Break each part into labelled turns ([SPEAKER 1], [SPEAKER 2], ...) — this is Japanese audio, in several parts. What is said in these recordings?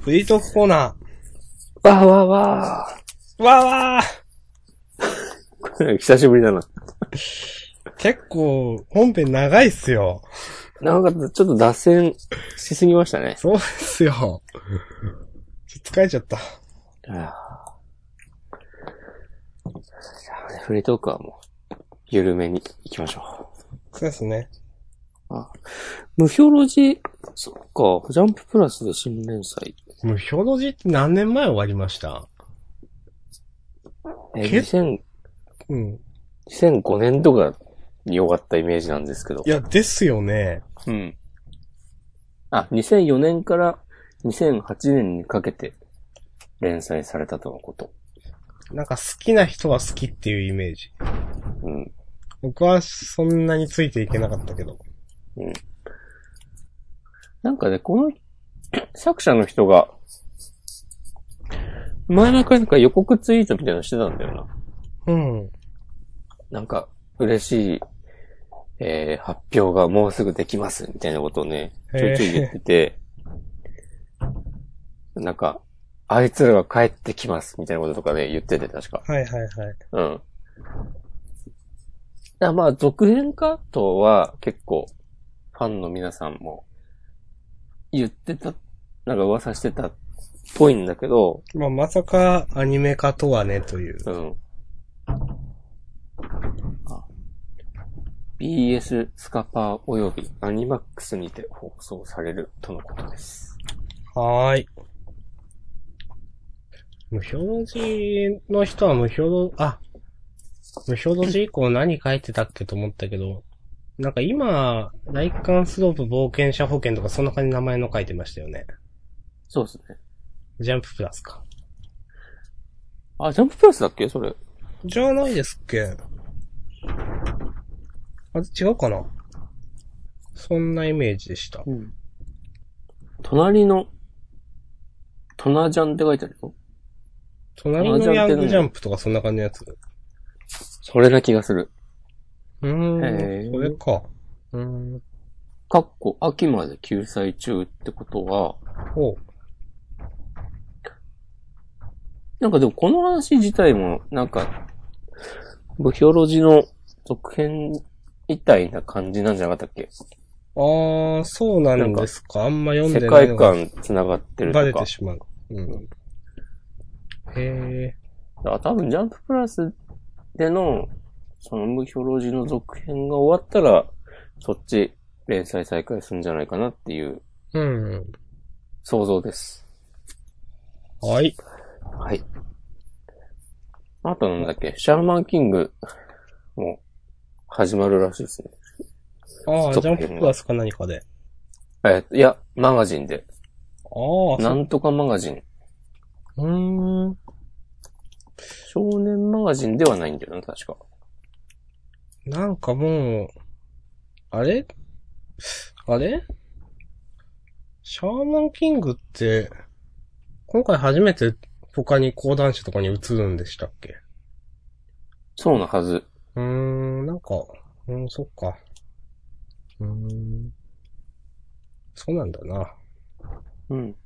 [SPEAKER 1] フリートークコーナ
[SPEAKER 2] わーわーわ
[SPEAKER 1] ー。わーわー
[SPEAKER 2] ー。 久しぶりだな。
[SPEAKER 1] 結構、本編長いっすよ。
[SPEAKER 2] なんか、ちょっと脱線しすぎましたね。
[SPEAKER 1] そうっすよ。ちょっと疲れちゃった。
[SPEAKER 2] あーじゃあねフリートークはもう、緩めに行きましょ
[SPEAKER 1] そうですね。
[SPEAKER 2] う。無表ロジ、そっか、ジャンププラスで新連載。
[SPEAKER 1] 無表の字って何年前終わりました
[SPEAKER 2] え
[SPEAKER 1] け
[SPEAKER 2] ー、
[SPEAKER 1] うん。
[SPEAKER 2] 2000 2005年とかに終わったイメージなんですけど
[SPEAKER 1] い。や、ですよね。
[SPEAKER 2] うん。あ、2004年から2008年にかけて連載されたとのこと。
[SPEAKER 1] なんか好きな人は好きっていうイメージ。
[SPEAKER 2] うん。
[SPEAKER 1] 僕はそんなについていけなかったけど。
[SPEAKER 2] なんかね、この作者の人が、前の回なんか予告ツイートみたいなのしてたんだよな。
[SPEAKER 1] うん。
[SPEAKER 2] なんか、嬉しい、えー、発表がもうすぐできます、みたいなことをね、ちょいちょい言ってて、なんか、あいつらが帰ってきます、みたいなこととかね、言ってて、確か。
[SPEAKER 1] はいはいはい。
[SPEAKER 2] うん。だまあ、続編かとは結構、ファンの皆さんも言ってた、なんか噂してたっぽいんだけど、
[SPEAKER 1] まあ、まさかアニメ化とはね、という。
[SPEAKER 2] うん。あ BS スカパーおよびアニマックスにて放送されるとのことです。
[SPEAKER 1] はーい。無表示の人は無表の、あ、無表示以降何書いてたっけと思ったけど、なんか今、大韓スロープ冒険者保険とかそんな感じの名前の書いてましたよね。
[SPEAKER 2] そうですね。
[SPEAKER 1] ジャンププラスか。
[SPEAKER 2] あ、ジャンププラスだっけそれ。
[SPEAKER 1] じゃないですっけあ、違うかなそんなイメージでした。
[SPEAKER 2] うん。隣の、トナジャンって書いてあるよ。
[SPEAKER 1] 隣のヤングジャンプとかそんな感じのやつ。
[SPEAKER 2] それな気がする。
[SPEAKER 1] うー
[SPEAKER 2] へ
[SPEAKER 1] ん。
[SPEAKER 2] ー
[SPEAKER 1] これか。うーん。
[SPEAKER 2] かっこ秋まで救済中ってことは、
[SPEAKER 1] おう。
[SPEAKER 2] なんかでもこの話自体も、なんか、ブヒョロジの続編みたいな感じなんじゃなかったっけ
[SPEAKER 1] あー、そうなんですか。あんま読ん
[SPEAKER 2] 世
[SPEAKER 1] でない
[SPEAKER 2] 界
[SPEAKER 1] のが
[SPEAKER 2] 観繋がってる
[SPEAKER 1] バレ
[SPEAKER 2] とか
[SPEAKER 1] て。しまう。うん。へ
[SPEAKER 2] あ多分ジャンププラスでの、そのブヒョロジの続編が終わったら、そっち連載再開するんじゃないかなっていう
[SPEAKER 1] ー。うん。
[SPEAKER 2] 想像です。
[SPEAKER 1] はい。
[SPEAKER 2] はい。あとなんだっけ、シャーマンキングも始まるらしいですね。
[SPEAKER 1] あー、
[SPEAKER 2] 続
[SPEAKER 1] ジャン
[SPEAKER 2] 編
[SPEAKER 1] ププラスか何かで。
[SPEAKER 2] えっと、いや、マガジンで。
[SPEAKER 1] あー、
[SPEAKER 2] な
[SPEAKER 1] そ
[SPEAKER 2] んとかマガジン。
[SPEAKER 1] うーん。
[SPEAKER 2] 少年マガジンではないんだよな、確か。
[SPEAKER 1] なんかもう、あれあれシャーマンキングって、今回初めて他に講談社とかに移るんでしたっけ
[SPEAKER 2] そうなはず。
[SPEAKER 1] うーん、なんか、うん、そっか。うーん。そうなんだな。
[SPEAKER 2] うん。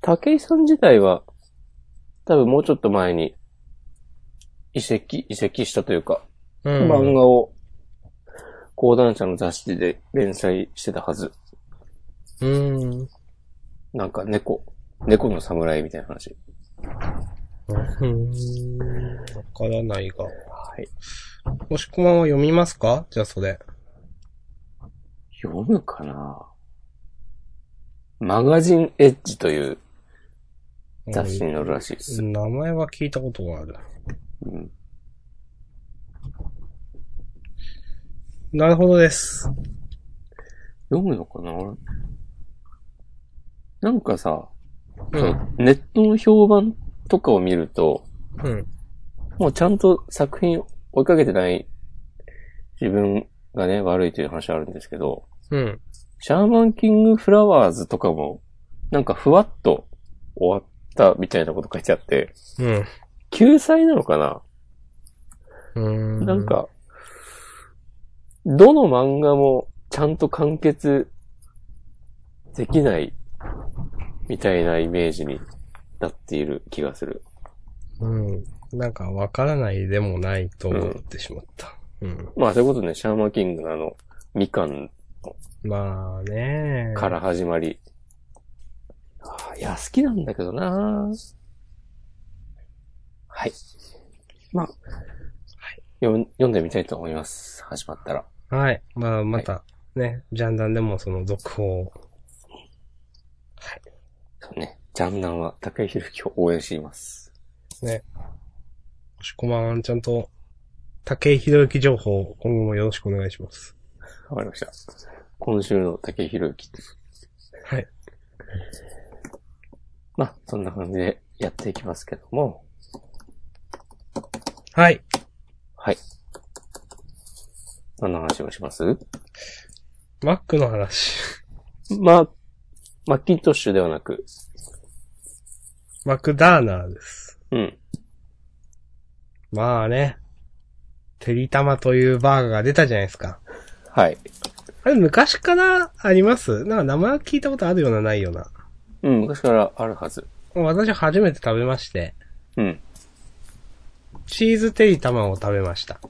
[SPEAKER 2] 武井さん自体は、多分もうちょっと前に、移籍、移籍したというか、
[SPEAKER 1] うん。
[SPEAKER 2] 漫画を、講談社の雑誌で連載してたはず。
[SPEAKER 1] うーん。
[SPEAKER 2] なんか猫。猫の侍みたいな話。
[SPEAKER 1] うん。わからないが。
[SPEAKER 2] はい。
[SPEAKER 1] もしこまんは読みますかじゃあそれ。
[SPEAKER 2] 読むかなマガジンエッジという雑誌に載るらしいです
[SPEAKER 1] う。ん名前は聞いたことがある。
[SPEAKER 2] うん
[SPEAKER 1] なるほどです。
[SPEAKER 2] 読むのかな俺なんかさ、
[SPEAKER 1] う
[SPEAKER 2] そ
[SPEAKER 1] ん。
[SPEAKER 2] のネットの評判とかを見ると、
[SPEAKER 1] うん。
[SPEAKER 2] もうちゃんと作品追いかけてない自分がね、悪いという話はあるんですけど、
[SPEAKER 1] うん。
[SPEAKER 2] シャーマンキングフラワーズとかも、なんかふわっと終わったみたいなこと書いてあって、
[SPEAKER 1] うん。
[SPEAKER 2] 救済なのかな、
[SPEAKER 1] うーん。
[SPEAKER 2] なん。か、どの漫画もちゃんと完結できないみたいなイメージになっている気がする。
[SPEAKER 1] うん。なんかわからないでもないと思ってしまった。うん。
[SPEAKER 2] まあ、そういうことね、シャーマンキングのあの、みかん
[SPEAKER 1] まあね
[SPEAKER 2] から始まり。ああいや、好きなんだけどなはい。まあ、読ん読んでみたいと思います。始まったら。
[SPEAKER 1] はい。まあ、また、ね、ジャンダンでもその続報を
[SPEAKER 2] そうね。ジャンナンは高井宏樹を応援しています。
[SPEAKER 1] もしこまん、ちゃんと、竹井宏之情報、今後もよろしくお願いします。
[SPEAKER 2] わかりました。今週の竹井宏之。
[SPEAKER 1] はい。
[SPEAKER 2] まあ、そんな感じでやっていきますけども。
[SPEAKER 1] はい。
[SPEAKER 2] はい。何の話をします
[SPEAKER 1] マックの話。
[SPEAKER 2] まあ、マッキントッシュではなく、
[SPEAKER 1] マックダーナーです。
[SPEAKER 2] うん。
[SPEAKER 1] まあね。てりたまというバーガーが出たじゃないですか。
[SPEAKER 2] はい。
[SPEAKER 1] あれ、昔からありますなんか名前は聞いたことあるような、ないような。
[SPEAKER 2] うん、昔からあるはず。
[SPEAKER 1] 私初めて食べまして、
[SPEAKER 2] うん。
[SPEAKER 1] チーズてりたまを食べました。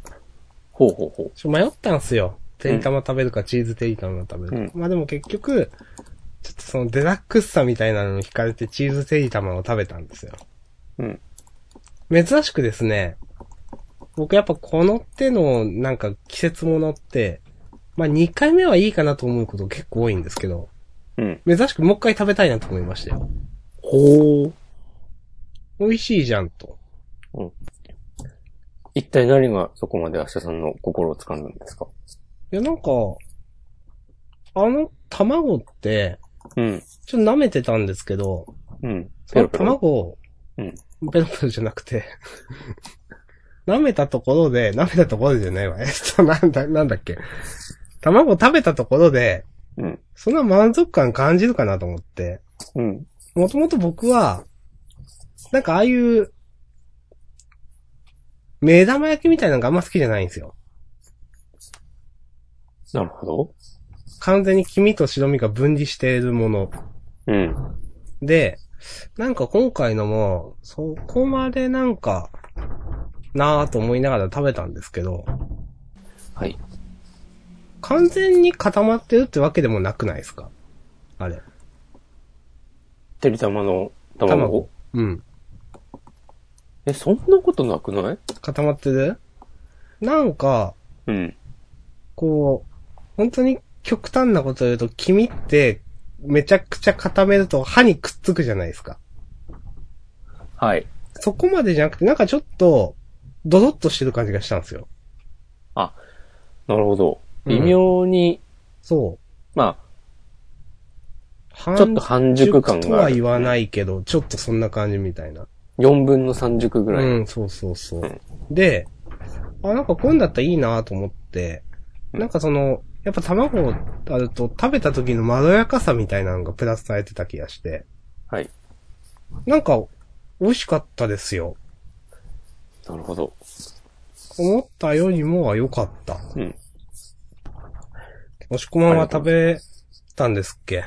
[SPEAKER 2] ほうほうほう。
[SPEAKER 1] ちょ迷ったんすよ。てりたま食べるか、チーズてりたま食べるか。まあでも結局、ちょっとそのデラックスさみたいなのに惹かれてチーズてりたまを食べたんですよ。
[SPEAKER 2] うん。
[SPEAKER 1] 珍しくですね、僕やっぱこの手のなんか季節物って、まあ2回目はいいかなと思うこと結構多いんですけど、
[SPEAKER 2] うん。
[SPEAKER 1] 珍しくもう一回食べたいなと思いましたよ。
[SPEAKER 2] ほう。
[SPEAKER 1] 美味しいじゃんと。
[SPEAKER 2] 一体何がそこまで明日さんの心を掴んだんですか
[SPEAKER 1] いやなんか、あの卵って、
[SPEAKER 2] うん。
[SPEAKER 1] ちょっと舐めてたんですけど、
[SPEAKER 2] うん。
[SPEAKER 1] その卵を、
[SPEAKER 2] うん
[SPEAKER 1] ペロペロじゃなくて、 舐めたところで、舐めたところでじゃないわ。えっと、なんだ、なんだっけ。卵食べたところで、
[SPEAKER 2] うん。
[SPEAKER 1] そんな満足感感じるかなと思って。
[SPEAKER 2] うん。
[SPEAKER 1] もともと僕は、なんかああいう、目玉焼きみたいなのがあんま好きじゃないんですよ。
[SPEAKER 2] なるほど。
[SPEAKER 1] 完全に黄身と白身が分離しているもの。
[SPEAKER 2] うん。
[SPEAKER 1] で、なんか今回のも、そこまでなんか、なぁと思いながら食べたんですけど、
[SPEAKER 2] はい。
[SPEAKER 1] 完全に固まってるってわけでもなくないですかあれ。
[SPEAKER 2] てりたまの卵
[SPEAKER 1] 卵うん。
[SPEAKER 2] え、そんなことなくない
[SPEAKER 1] 固まってるなんか、
[SPEAKER 2] うん。
[SPEAKER 1] こう、本当に極端なこと言うと、黄身って、めちゃくちゃ固めると歯にくっつくじゃないですか。
[SPEAKER 2] はい。
[SPEAKER 1] そこまでじゃなくて、なんかちょっと、ドロッとしてる感じがしたんですよ。
[SPEAKER 2] なるほど。
[SPEAKER 1] うん
[SPEAKER 2] 微妙に、
[SPEAKER 1] そ
[SPEAKER 2] ま
[SPEAKER 1] う。
[SPEAKER 2] あ、ちょっと半熟感
[SPEAKER 1] と
[SPEAKER 2] があ
[SPEAKER 1] は
[SPEAKER 2] る。
[SPEAKER 1] 言わないけど、ちょっとそんな感じみたいな。
[SPEAKER 2] 4分の3熟ぐらい。
[SPEAKER 1] うん、そうそうそう
[SPEAKER 2] うん。
[SPEAKER 1] で、あ、なんかこういうんだったらいいなと思って、
[SPEAKER 2] うん
[SPEAKER 1] なんかその、やっぱ卵あると食べた時のまろやかさみたいなのがプラスされてた気がして、
[SPEAKER 2] はい。
[SPEAKER 1] なんか美味しかったですよ。
[SPEAKER 2] なるほど。
[SPEAKER 1] 思ったよりもは良かった。
[SPEAKER 2] うん。
[SPEAKER 1] 押し込まんは食べたんですっけ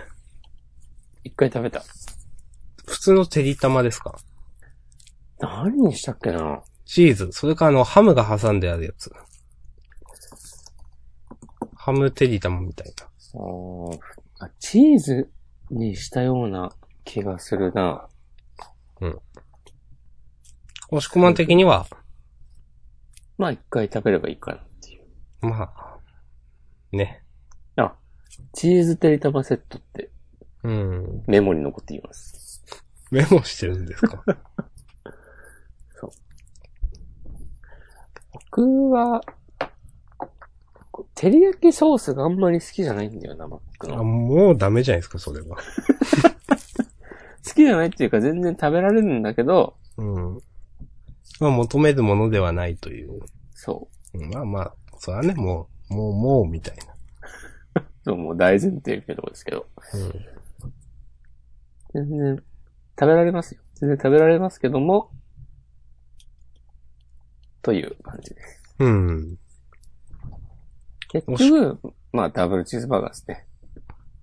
[SPEAKER 2] 一回食べた。
[SPEAKER 1] 普通のてりたまですか
[SPEAKER 2] 何にしたっけな
[SPEAKER 1] チーズ。それかあの、ハムが挟んであるやつ。ハムてりたまみたいな。
[SPEAKER 2] あーあ、チーズにしたような気がするな。
[SPEAKER 1] 押し込まん的には、
[SPEAKER 2] まあ一回食べればいいかなっていう。
[SPEAKER 1] まあ、ね。
[SPEAKER 2] あ、チーズテリタバセットって
[SPEAKER 1] うん。
[SPEAKER 2] メモに残っています。
[SPEAKER 1] メモしてるんです か
[SPEAKER 2] 僕は、テリヤキソースがあんまり好きじゃないんだよな、マック
[SPEAKER 1] あ、
[SPEAKER 2] の。
[SPEAKER 1] もうダメじゃないですか、それは。
[SPEAKER 2] 好きじゃないっていうか全然食べられるんだけど、
[SPEAKER 1] うん。まあ、求めるものではないという。
[SPEAKER 2] そう。
[SPEAKER 1] うんまあまあ、それはね、もう、もう、もう、みたいな。
[SPEAKER 2] そうもう大前提っていうとこですけど。
[SPEAKER 1] うん。
[SPEAKER 2] 全然食べられますよ。全然食べられますけども、という感じです。
[SPEAKER 1] うん。
[SPEAKER 2] 結
[SPEAKER 1] おし
[SPEAKER 2] 局、まあダブルチーズバーガーですね。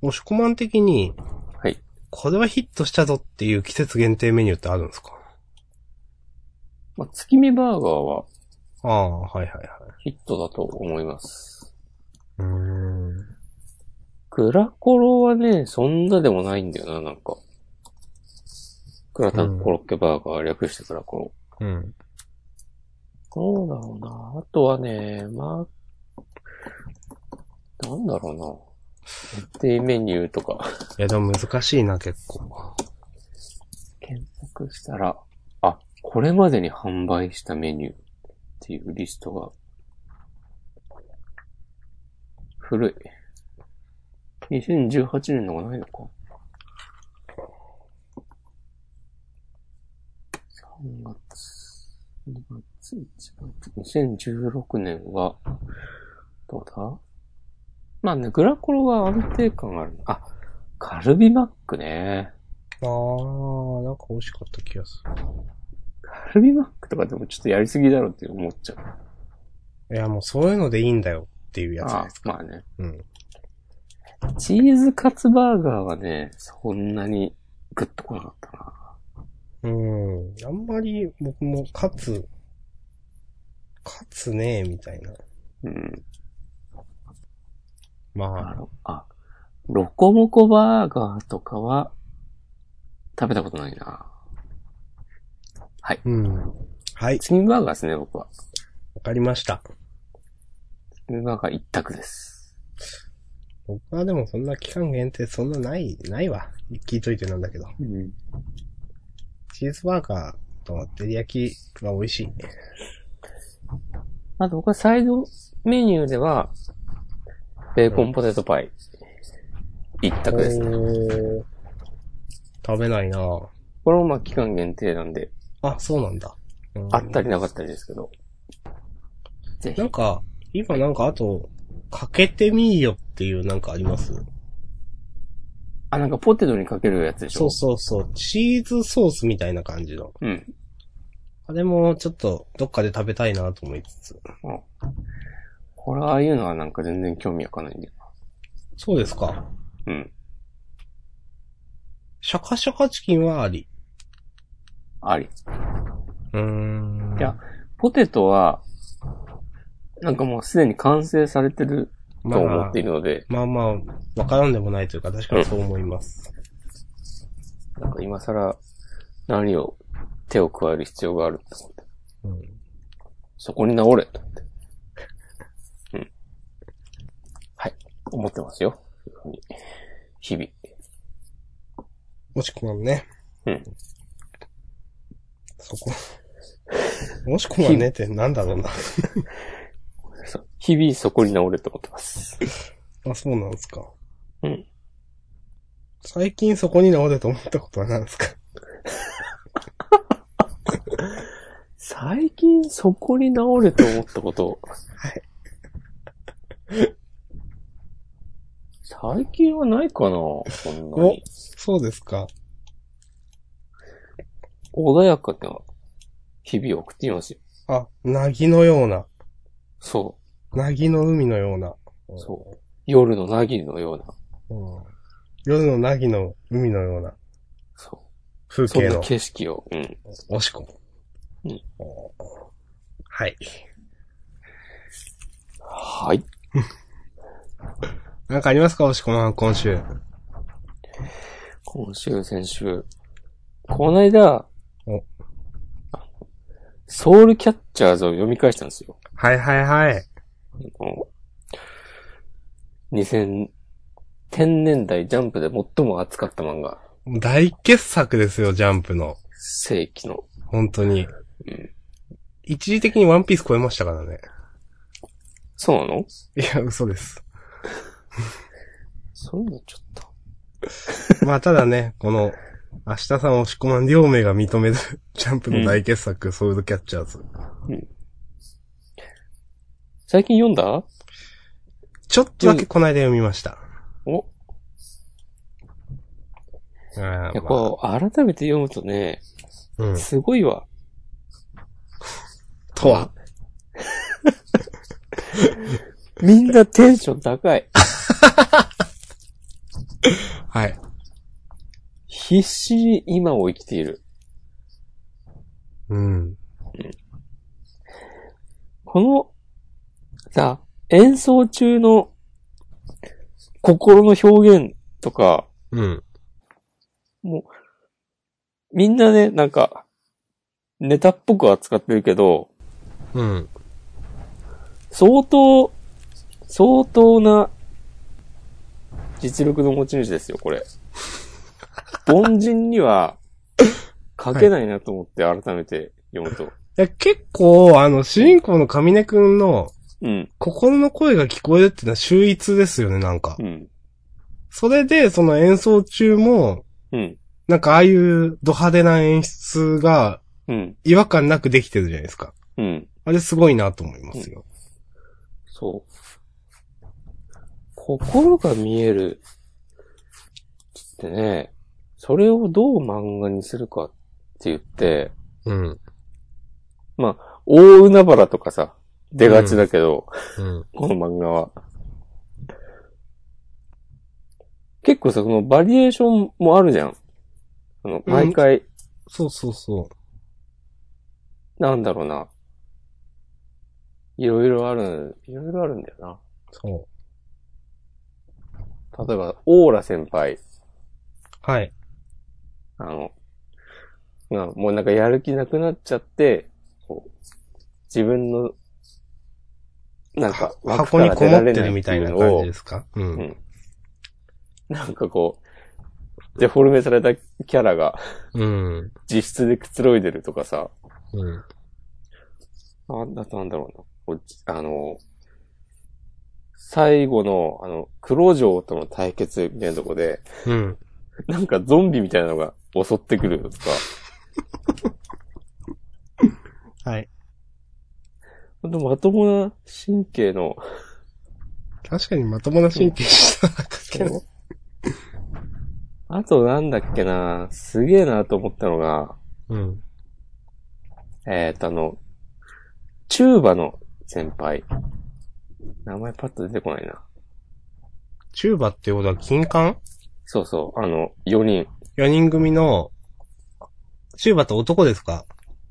[SPEAKER 1] 押し込まん的に、
[SPEAKER 2] はい。
[SPEAKER 1] これはヒットしたぞっていう季節限定メニューってあるんですか
[SPEAKER 2] まあ、月見バーガーは
[SPEAKER 1] ああ、はいはいはい。
[SPEAKER 2] ヒットだと思います。
[SPEAKER 1] うーん。
[SPEAKER 2] グラコロはね、そんなでもないんだよな、なんか。グラタンコロッケバーガー略してグラコロ。
[SPEAKER 1] うん。
[SPEAKER 2] どうだろうな。あとはね、まあ、なんだろうな。限定メニューとか、
[SPEAKER 1] いやでも難しいな、結構。
[SPEAKER 2] 検索したら、あ、これまでに販売したメニューっていうリストが、古い。2018年のがないのか。3月、2月、1月。2016年は、どうだまあね、グラコロは安定感があるな。あ、カルビマックね。
[SPEAKER 1] ああ、なんか美味しかった気がす
[SPEAKER 2] カルビマックとかでもちょっとやりすぎだろって思っちゃう。
[SPEAKER 1] る。いやもうそういうのでいいんだよっていうやつ
[SPEAKER 2] あ
[SPEAKER 1] です。
[SPEAKER 2] まあね。
[SPEAKER 1] うん。
[SPEAKER 2] チーズカツバーガーはね、そんなにグッとこなかった
[SPEAKER 1] う
[SPEAKER 2] な。
[SPEAKER 1] ん。あんまり僕も勝つ、勝つねえ、みたいな。
[SPEAKER 2] うん。あ
[SPEAKER 1] まあ、
[SPEAKER 2] の、あ、ロコモコバーガーとかは、食べたことないな。
[SPEAKER 1] うん。はい、
[SPEAKER 2] 月見バーガーですね、僕は。
[SPEAKER 1] わかりました。
[SPEAKER 2] 月見バーガー一択です。
[SPEAKER 1] 僕はでもそんな期間限定そんなない、ないわ。聞いといてなんだけど。
[SPEAKER 2] うん。
[SPEAKER 1] チーズバーガーと照り焼きは美味しい。
[SPEAKER 2] あと僕はサイドメニューでは、ベーコンポテトパイ。一択ですね。
[SPEAKER 1] おー食べないなぁ
[SPEAKER 2] これもまあ期間限定なんで、
[SPEAKER 1] あ、そうなんだ。うん
[SPEAKER 2] あったりなかったりですけど。ぜ
[SPEAKER 1] なん
[SPEAKER 2] ひ。
[SPEAKER 1] か、今なんかあと、かけてみーよっていうなんかあります
[SPEAKER 2] あ、なんかポテトにかけるやつでし
[SPEAKER 1] そ
[SPEAKER 2] ょ
[SPEAKER 1] うそうそう。チーズソースみたいな感じの。
[SPEAKER 2] う。うん。
[SPEAKER 1] あれもちょっとどっかで食べたいなと思いつつ。
[SPEAKER 2] これ、ああいうのはなんか全然興味わかんないんだよ
[SPEAKER 1] そうですか。
[SPEAKER 2] な。うん。
[SPEAKER 1] シャカシャカチキンはあり。
[SPEAKER 2] あり。
[SPEAKER 1] うーん。
[SPEAKER 2] いや、ポテトは、なんかもうすでに完成されてる
[SPEAKER 1] ま
[SPEAKER 2] と
[SPEAKER 1] あ、
[SPEAKER 2] 思っているので、
[SPEAKER 1] まあまあ、わからんでもないというか、確かにそう思います。
[SPEAKER 2] なんか今更何を手を加える必要があるって思って。
[SPEAKER 1] うん。
[SPEAKER 2] そこに直れと思って。うん。はい。思ってますよ。そういうふうに日々。
[SPEAKER 1] もしくはね。
[SPEAKER 2] うん。
[SPEAKER 1] そこ。 もしくはねってなんだろうな。
[SPEAKER 2] そう日々そこに直れと思ってます。
[SPEAKER 1] あ、そうなんですか。
[SPEAKER 2] うん。
[SPEAKER 1] 最近そこに直れと思ったことは何ですか
[SPEAKER 2] 最近そこに直れと思ったこと。
[SPEAKER 1] はい。
[SPEAKER 2] 最近はないかなそんなに。
[SPEAKER 1] そうですか。
[SPEAKER 2] 穏やかな日々を送っていますよ。
[SPEAKER 1] あ、なぎのような。
[SPEAKER 2] そ
[SPEAKER 1] なぎの海のような。
[SPEAKER 2] う。そう。夜のなぎのような。
[SPEAKER 1] うん夜のなぎの海のような
[SPEAKER 2] そ
[SPEAKER 1] 風
[SPEAKER 2] う。そん
[SPEAKER 1] 景
[SPEAKER 2] な
[SPEAKER 1] の
[SPEAKER 2] 景色を。うん。
[SPEAKER 1] おしこ。
[SPEAKER 2] うん
[SPEAKER 1] はい。
[SPEAKER 2] はい。
[SPEAKER 1] なんかありますかおしこまん、今週。
[SPEAKER 2] 今週、先週。この間
[SPEAKER 1] お、
[SPEAKER 2] あのソウルキャッチャーズを読み返したんですよ。
[SPEAKER 1] はいはいはい。
[SPEAKER 2] あの2000、天年代ジャンプで最も熱かった漫画。
[SPEAKER 1] 大傑作ですよ、ジャンプの。
[SPEAKER 2] 世紀の。
[SPEAKER 1] 本当に
[SPEAKER 2] うん。
[SPEAKER 1] 一時的にワンピース超えましたからね。
[SPEAKER 2] そうなの
[SPEAKER 1] いや、嘘です。
[SPEAKER 2] そういうのちょっと。
[SPEAKER 1] まあ、ただね、この、明日さん押し込まん両名が認める、 ジャンプの大傑作、ソウルキャッチャーズ。
[SPEAKER 2] 最近読んだ
[SPEAKER 1] ちょっとだけこの間読みました。
[SPEAKER 2] お
[SPEAKER 1] あー
[SPEAKER 2] いや、こう、改めて読むとね、
[SPEAKER 1] まあうん。
[SPEAKER 2] すごいわ。
[SPEAKER 1] とは。
[SPEAKER 2] みんなテンション高い。
[SPEAKER 1] はい。
[SPEAKER 2] 必死に今を生きている。
[SPEAKER 1] うん。
[SPEAKER 2] この、さ、演奏中の心の表現とか、
[SPEAKER 1] うん。
[SPEAKER 2] みんなね、なんか、ネタっぽく扱ってるけど、
[SPEAKER 1] うん。
[SPEAKER 2] 相当、相当な実力の持ち主ですよ、これ。凡人には書けないなと思って改めて読むと。
[SPEAKER 1] え結構、あの、主人公の上根くんの
[SPEAKER 2] うん、
[SPEAKER 1] 心の声が聞こえるっていうのは秀逸ですよね、なんか
[SPEAKER 2] う。ん、
[SPEAKER 1] それで、その演奏中も、
[SPEAKER 2] うん、
[SPEAKER 1] なんかああいうド派手な演出が
[SPEAKER 2] うん、
[SPEAKER 1] 違和感なくできてるじゃないですか。
[SPEAKER 2] うん。
[SPEAKER 1] あれすごいなと思いますよ。
[SPEAKER 2] そう。心が見えるってね、それをどう漫画にするかって言って、
[SPEAKER 1] うん。
[SPEAKER 2] 大海原とかさ、出がちだけど、
[SPEAKER 1] うん。
[SPEAKER 2] この漫画は。結構さ、このバリエーションもあるじゃん。あの、
[SPEAKER 1] うん
[SPEAKER 2] 毎回、
[SPEAKER 1] そうそうそ
[SPEAKER 2] なんだろうな。いろいろある、いろいろあるんだよ
[SPEAKER 1] う。そう。
[SPEAKER 2] な。例えば、オーラ先輩。
[SPEAKER 1] はい。
[SPEAKER 2] あの、がもうなんかやる気なくなっちゃって、こう自分の、なんか、。
[SPEAKER 1] 箱にこもってるみたいな感じですすかうん。
[SPEAKER 2] うん なんかこう、デフォルメされたキャラが
[SPEAKER 1] うん。
[SPEAKER 2] 実質でくつろいでるとかさ、
[SPEAKER 1] うん。
[SPEAKER 2] あ、あとなんだろうな。こうじあの、最後の、あの、黒城との対決みたいなとこで、
[SPEAKER 1] うん。
[SPEAKER 2] なんかゾンビみたいなのが襲ってくるとか、
[SPEAKER 1] はい。
[SPEAKER 2] ほんとまともな神経の、
[SPEAKER 1] 確かにまともな神経したなけど。
[SPEAKER 2] あとなんだっけな、すげえなと思ったのが、
[SPEAKER 1] うん。
[SPEAKER 2] えっ、とあの、チューバの先輩。名前パッと出てこないな。
[SPEAKER 1] チューバっていうことは金管
[SPEAKER 2] そうそう、あの、4人。
[SPEAKER 1] ?4 人組の、チューバって男ですか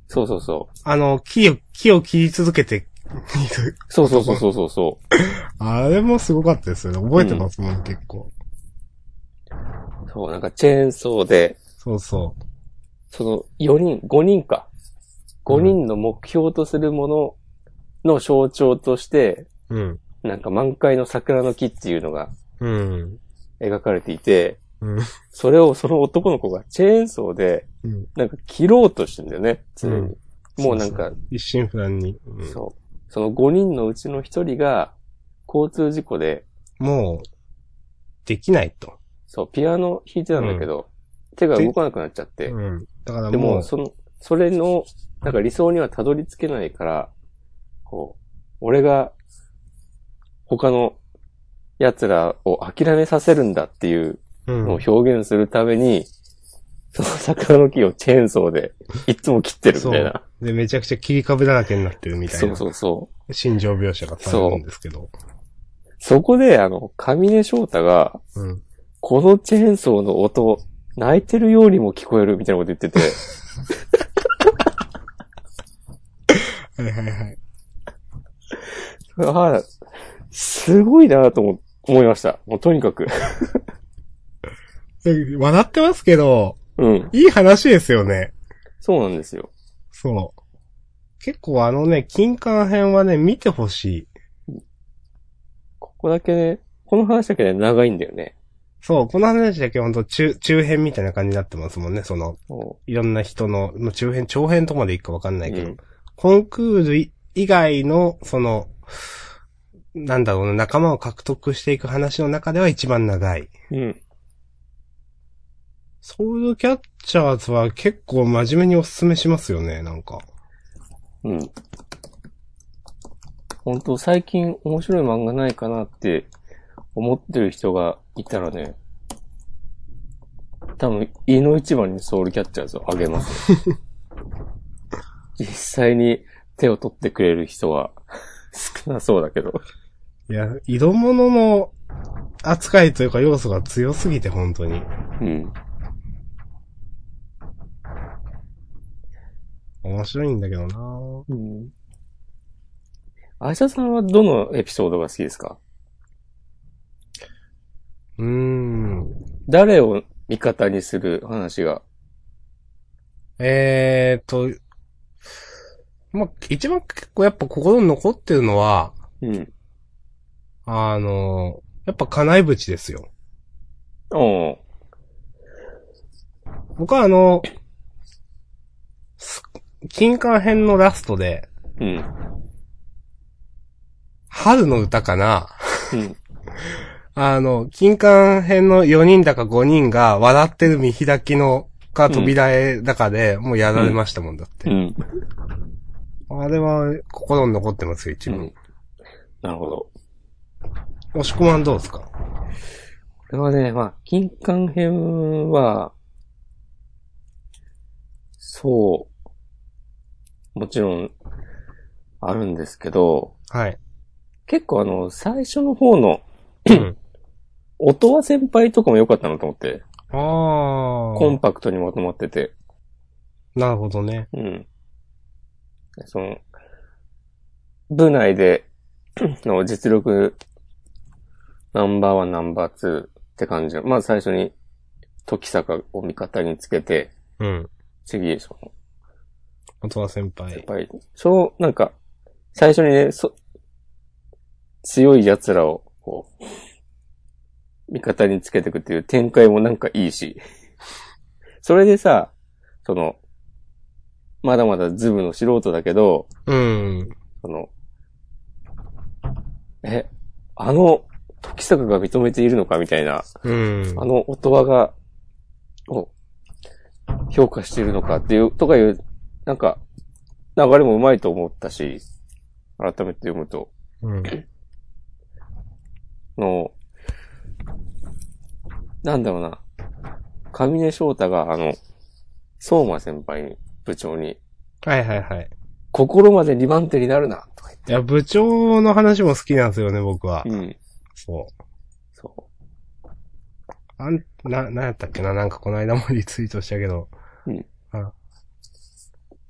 [SPEAKER 2] そうそうそう。
[SPEAKER 1] あの、木を、木を切り続けている。
[SPEAKER 2] そうそうそうそうそうそう。
[SPEAKER 1] あれもすごかったですよね。覚えてますもん、結構。
[SPEAKER 2] そう、なんかチェーンソーで、
[SPEAKER 1] そうそ
[SPEAKER 2] その4人、5人か。5人の目標とするものの象徴として、
[SPEAKER 1] う。うん。
[SPEAKER 2] なんか満開の桜の木っていうのが
[SPEAKER 1] うん。
[SPEAKER 2] 描かれていて、
[SPEAKER 1] うん。
[SPEAKER 2] それをその男の子がチェーンソーで
[SPEAKER 1] うん、
[SPEAKER 2] なんか切ろうとしてんだよね、常に。もうなんか、
[SPEAKER 1] 一心不乱に。うん
[SPEAKER 2] そう。その5人のうちの1人が、交通事故で、
[SPEAKER 1] もう、できないと。
[SPEAKER 2] そう、ピアノ弾いてたんだけど、手が動かなくなっちゃって、
[SPEAKER 1] うん。だから
[SPEAKER 2] で
[SPEAKER 1] も
[SPEAKER 2] も、
[SPEAKER 1] う、
[SPEAKER 2] その、それの、なんか理想にはたどり着けないから、こう、俺が、他の奴らを諦めさせるんだっていう
[SPEAKER 1] うん
[SPEAKER 2] のを表現するために、その桜の木をチェーンソーで、いつも切ってるみたいな。
[SPEAKER 1] で、めちゃくちゃ切り株だらけになってるみたい
[SPEAKER 2] そ
[SPEAKER 1] な
[SPEAKER 2] う。そうそう。
[SPEAKER 1] 心情描写がされるんですけど。
[SPEAKER 2] そこで、あの、上根翔太が、
[SPEAKER 1] うん。
[SPEAKER 2] このチェーンソーの音、泣いてるようにも聞こえるみたいなこと言ってて、
[SPEAKER 1] はいはいはい。
[SPEAKER 2] ああ、すごいなと思思いました。もうとにかく。
[SPEAKER 1] で笑ってますけど、
[SPEAKER 2] うん。
[SPEAKER 1] いい話ですよね。
[SPEAKER 2] そうなんですよ。
[SPEAKER 1] そう。結構あのね、金管編はね、見てほしい。
[SPEAKER 2] ここだけね、この話だけで長いんだよね。
[SPEAKER 1] そう、この話だけほんと中、中編みたいな感じになってますもんね、その、
[SPEAKER 2] そ
[SPEAKER 1] いろんな人の、まあ中編、長編とまでいくかわかんな
[SPEAKER 2] う
[SPEAKER 1] いけど、
[SPEAKER 2] ん、
[SPEAKER 1] コンクールい以外の、その、なんだろうな、仲間を獲得していく話の中では一番長い。
[SPEAKER 2] うん。
[SPEAKER 1] ソウルキャッチャーズは結構真面目におすすめしますよね、なんか。
[SPEAKER 2] うん。本当最近面白い漫画ないかなって思ってる人がいたらね、多分、胃の一番にソウルキャッチャーズをあげ ますよ。実際に手を取ってくれる人は 少なそうだけど。
[SPEAKER 1] いや、色物の扱いというか要素が強すぎて、本当に。
[SPEAKER 2] うん。
[SPEAKER 1] 面白いんだけどな
[SPEAKER 2] うん。あいささんはどのエピソードが好きですか
[SPEAKER 1] うーん。
[SPEAKER 2] 誰を味方にする話が。
[SPEAKER 1] えーと、まあ、一番結構やっぱ心に残ってるのは、
[SPEAKER 2] うん。
[SPEAKER 1] あの、やっぱ金井淵ですよ。
[SPEAKER 2] おう
[SPEAKER 1] 僕はあの、す金管編のラストで、
[SPEAKER 2] うん。
[SPEAKER 1] 春の歌かな
[SPEAKER 2] うん。
[SPEAKER 1] あの、金管編の4人だか5人が笑ってる見開きのか扉絵だかで、もうやられましたもんだって。
[SPEAKER 2] うん。
[SPEAKER 1] あれは心に残ってますよ、一番。
[SPEAKER 2] うんなるほど。
[SPEAKER 1] 押し込まんどうですか
[SPEAKER 2] これはね、まあ、金管編は、そう、もちろん、あるんですけど、
[SPEAKER 1] はい。
[SPEAKER 2] 結構あの、最初の方の、
[SPEAKER 1] うん
[SPEAKER 2] 音羽先輩とかも良かったなと思って、
[SPEAKER 1] あ
[SPEAKER 2] コン
[SPEAKER 1] ー。
[SPEAKER 2] パクトにまとまってて、
[SPEAKER 1] なるほどね。
[SPEAKER 2] うん。その、部内で、 の実力、ナンバーワン、ナンバーツーって感じの、まず最初に、時坂を味方につけて、
[SPEAKER 1] うん。
[SPEAKER 2] 次、その、
[SPEAKER 1] 音羽先
[SPEAKER 2] やっ
[SPEAKER 1] 輩。
[SPEAKER 2] ぱり、そう、なんか、最初にね、そ、強い奴らを、こう、味方につけていくっていう展開もなんかいいし、それでさ、その、まだまだズブの素人だけど、
[SPEAKER 1] うん。
[SPEAKER 2] その、え、あの、時坂が認めているのかみたいな、
[SPEAKER 1] うん。
[SPEAKER 2] あの音羽が、を、評価しているのかっていう、とかいう、なんか、流れもうまいと思ったし、改めて読むと、
[SPEAKER 1] うん。
[SPEAKER 2] の、なんだろうな、上根翔太が、あの、相馬先輩に、部長に、
[SPEAKER 1] はいはいはい。
[SPEAKER 2] 心まで2番手になるな、とか
[SPEAKER 1] いや、部長の話も好きなんですよね、僕は。
[SPEAKER 2] 言って。うん。
[SPEAKER 1] そ。
[SPEAKER 2] そう
[SPEAKER 1] あん、な、なんやったっけななんかこの間もリツイートしたけど。
[SPEAKER 2] うん
[SPEAKER 1] あ。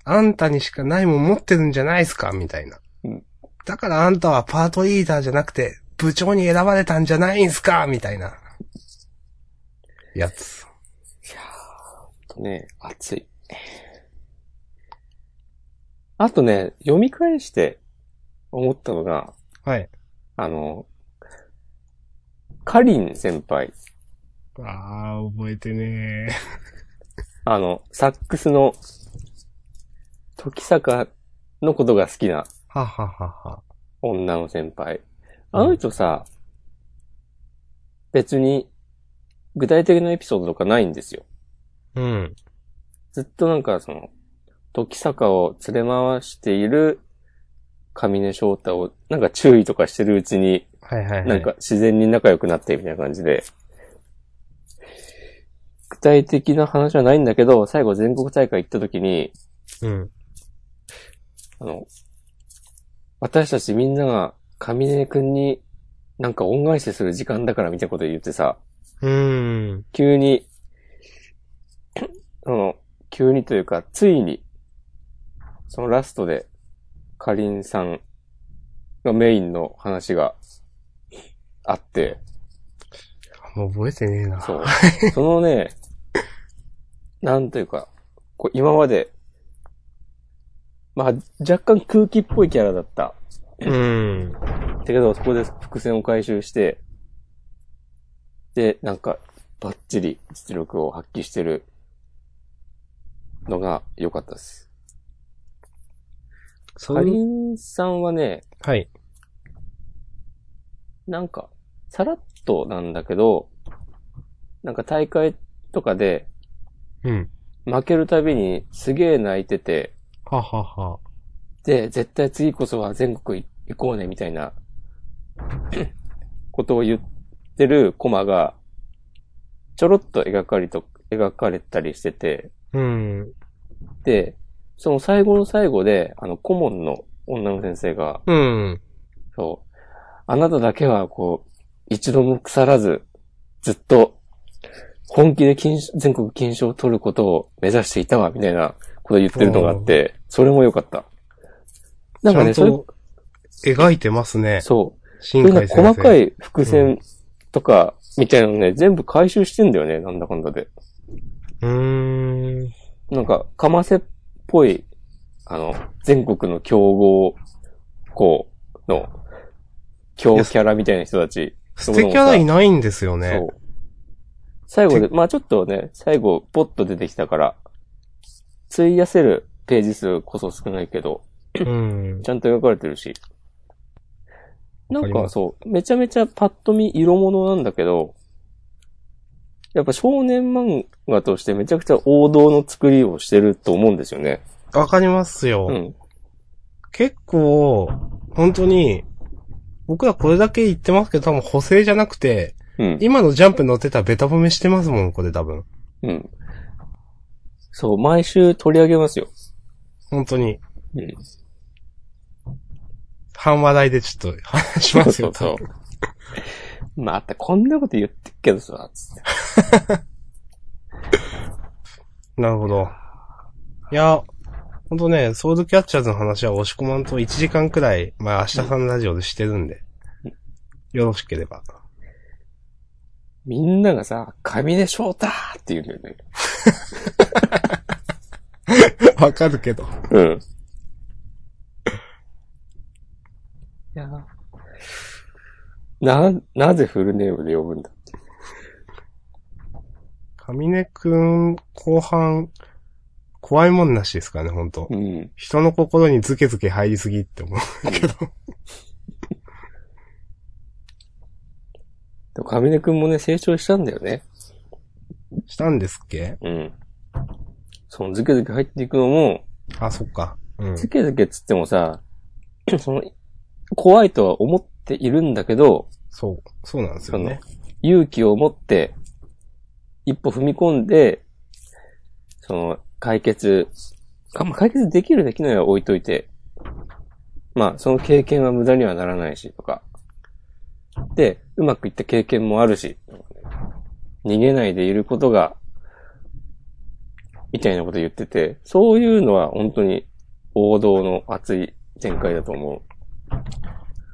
[SPEAKER 1] あんたにしかないもん持ってるんじゃないっすかみたいな。
[SPEAKER 2] うん
[SPEAKER 1] だからあんたはパートリーダーじゃなくて、部長に選ばれたんじゃないんすかみたいな。やつ。
[SPEAKER 2] う。とね、熱い。あとね、読み返して思ったのが、
[SPEAKER 1] はい。
[SPEAKER 2] あの、カリン先輩、
[SPEAKER 1] あー、覚えてね
[SPEAKER 2] あの、サックスの、時坂のことが好き
[SPEAKER 1] ー。
[SPEAKER 2] な
[SPEAKER 1] はははは。
[SPEAKER 2] 女の先輩。あの人さ、別に、具体的なエピソードとかないんですよ。
[SPEAKER 1] うん。
[SPEAKER 2] ずっとなんかその、時坂を連れ回している上根翔太を、なんか注意とかしてるうちに、
[SPEAKER 1] はいはいはい。
[SPEAKER 2] なんか自然に仲良くなってみたいな感じで、具体的な話はないんだけど、最後全国大会行った時に、
[SPEAKER 1] うん。
[SPEAKER 2] あの、私たちみんなが上根くんになんか恩返しする時間だからみたいなこと言ってさ、
[SPEAKER 1] うーん。
[SPEAKER 2] 急に、その、急にというか、ついに、そのラストで、かりんさんがメインの話があって、
[SPEAKER 1] もう覚えてねえな。
[SPEAKER 2] そう。そのね、なんというか、こう今まで、まあ、若干空気っぽいキャラだった。
[SPEAKER 1] うん。
[SPEAKER 2] だけど、そこで伏線を回収して、で、なんか、バッチリ実力を発揮してるのが良かったです。
[SPEAKER 1] そ
[SPEAKER 2] かり
[SPEAKER 1] う。
[SPEAKER 2] んさんはね、
[SPEAKER 1] はい。
[SPEAKER 2] なんか、さらっとなんだけど、なんか大会とかで
[SPEAKER 1] うん。
[SPEAKER 2] 負けるたびにすげえ泣いてて、
[SPEAKER 1] ははは。
[SPEAKER 2] で、絶対次こそは全国行こうね、みたい な、ことを言ってるコマが、ちょろっと描かれと、描かれたりしてて、
[SPEAKER 1] うん。
[SPEAKER 2] で、その最後の最後で、あの、顧問の女の先生が、
[SPEAKER 1] うん。
[SPEAKER 2] そう、あなただけは、こう、一度も腐らず、ずっと、本気で金賞全国金賞を取ることを目指していたわ、みたいなこと言ってるのがあって、それも良かった。なんかね、
[SPEAKER 1] ち
[SPEAKER 2] そ
[SPEAKER 1] ゃん
[SPEAKER 2] れ
[SPEAKER 1] と描いてますね。
[SPEAKER 2] そう。
[SPEAKER 1] 新
[SPEAKER 2] そういう
[SPEAKER 1] 海先生。
[SPEAKER 2] 細か
[SPEAKER 1] い。
[SPEAKER 2] い伏線とか、みたいなのね、全部回収してんだよね、なんだかんだで。
[SPEAKER 1] うーん。
[SPEAKER 2] なんか、かませっぽい、あの、全国の強豪校の、強キャラみたいな人たち。
[SPEAKER 1] 素敵キャラいないんですよね
[SPEAKER 2] そ。う。最後で、
[SPEAKER 1] て
[SPEAKER 2] まあちょっとね、最後、ポッと出てきたから、費やせるページ数こそ少ないけど、
[SPEAKER 1] うん。
[SPEAKER 2] ちゃんと描かれてるし。
[SPEAKER 1] わ
[SPEAKER 2] なん
[SPEAKER 1] かり
[SPEAKER 2] か
[SPEAKER 1] ます
[SPEAKER 2] そう、めちゃめちゃパッと見色物なんだけど、やっぱ少年漫画としてめちゃくちゃ王道の作りをしてると思うんですよね。
[SPEAKER 1] わかりますよ。
[SPEAKER 2] うん。
[SPEAKER 1] 結構、本当に、僕らこれだけ言ってますけど、多分補正じゃなくて、
[SPEAKER 2] うん。
[SPEAKER 1] 今のジャンプに乗ってたらベタ褒めしてますもん、これ多分。
[SPEAKER 2] うん。そう、毎週取り上げますよ。
[SPEAKER 1] 本当に。
[SPEAKER 2] うん。
[SPEAKER 1] 半話題でちょっと話しますよ、
[SPEAKER 2] そ
[SPEAKER 1] 多
[SPEAKER 2] うそう。またこんなこと言ってっけどさ、つって。
[SPEAKER 1] 分なるほど。いや、ほんとね、ソードキャッチャーズの話は押し込まんと1時間くらい、まあ明日さんのラジオでしてるんで。よろしければ。
[SPEAKER 2] みんながさ、神で翔太って言うんだよね。
[SPEAKER 1] わかるけど。
[SPEAKER 2] うん。いやな、なぜフルネームで呼ぶんだ
[SPEAKER 1] 神根くん、後半、怖いもんなしですからね、ほんと。
[SPEAKER 2] うん。
[SPEAKER 1] 人の心にズケズケ入りすぎって思う。
[SPEAKER 2] でも、神根くんもね、成長したんだよね。
[SPEAKER 1] したんですっけ
[SPEAKER 2] うん。その、ズケズケ入っていくのも、
[SPEAKER 1] あ、そっか。うん。
[SPEAKER 2] ズケズケっつってもさ、 その、怖いとは思っているんだけど、
[SPEAKER 1] そう。そうなんですよね。
[SPEAKER 2] 勇気を持って、一歩踏み込んで、その、解決、あまあ、解決できるできないは置いといて、まあ、その経験は無駄にはならないし、とか。で、うまくいった経験もあるし、逃げないでいることが、みたいなこと言ってて、そういうのは本当に王道の熱い展開だと思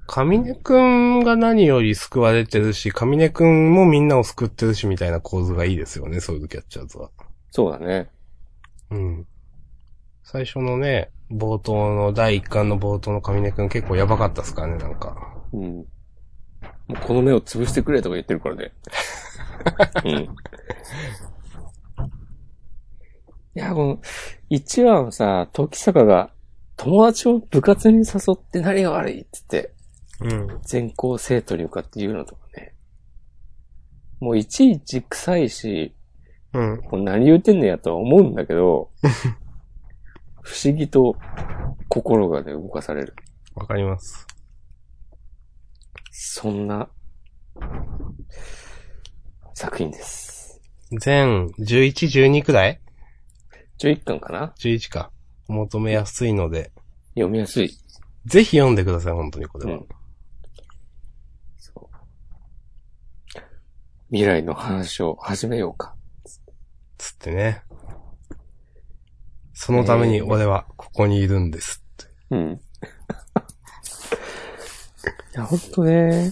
[SPEAKER 1] 神根くんが何より救われてるし、神根くんもみんなを救ってるしみたいな構図がいいですよね、そういうキャッチャーズは。
[SPEAKER 2] う。そうだね。
[SPEAKER 1] うん。最初のね、冒頭の、第一巻の冒頭の神根くん結構やばかったっすからね、なんか。
[SPEAKER 2] うん。もうこの目を潰してくれとか言ってるからね。うん。いや、この、1話のさ、時坂が、友達を部活に誘って何が悪いって言って、
[SPEAKER 1] うん。
[SPEAKER 2] 全校生徒に向かって言うのとかね。もういちいち臭いし、
[SPEAKER 1] うん。
[SPEAKER 2] もう何言うてんねやとは思うんだけど、不思議と心がね、動かされる。
[SPEAKER 1] わかります。
[SPEAKER 2] そんな、作品です。
[SPEAKER 1] 全11、12くらい
[SPEAKER 2] 11巻かな
[SPEAKER 1] ?11 か。お求めやすいので、
[SPEAKER 2] 読みやすい。
[SPEAKER 1] ぜひ読んでください、本当にこれは。
[SPEAKER 2] うん。そう。未来の話を始めようか。
[SPEAKER 1] つってね。そのために俺はここにいるんですって。
[SPEAKER 2] うん。いや、ほんとね。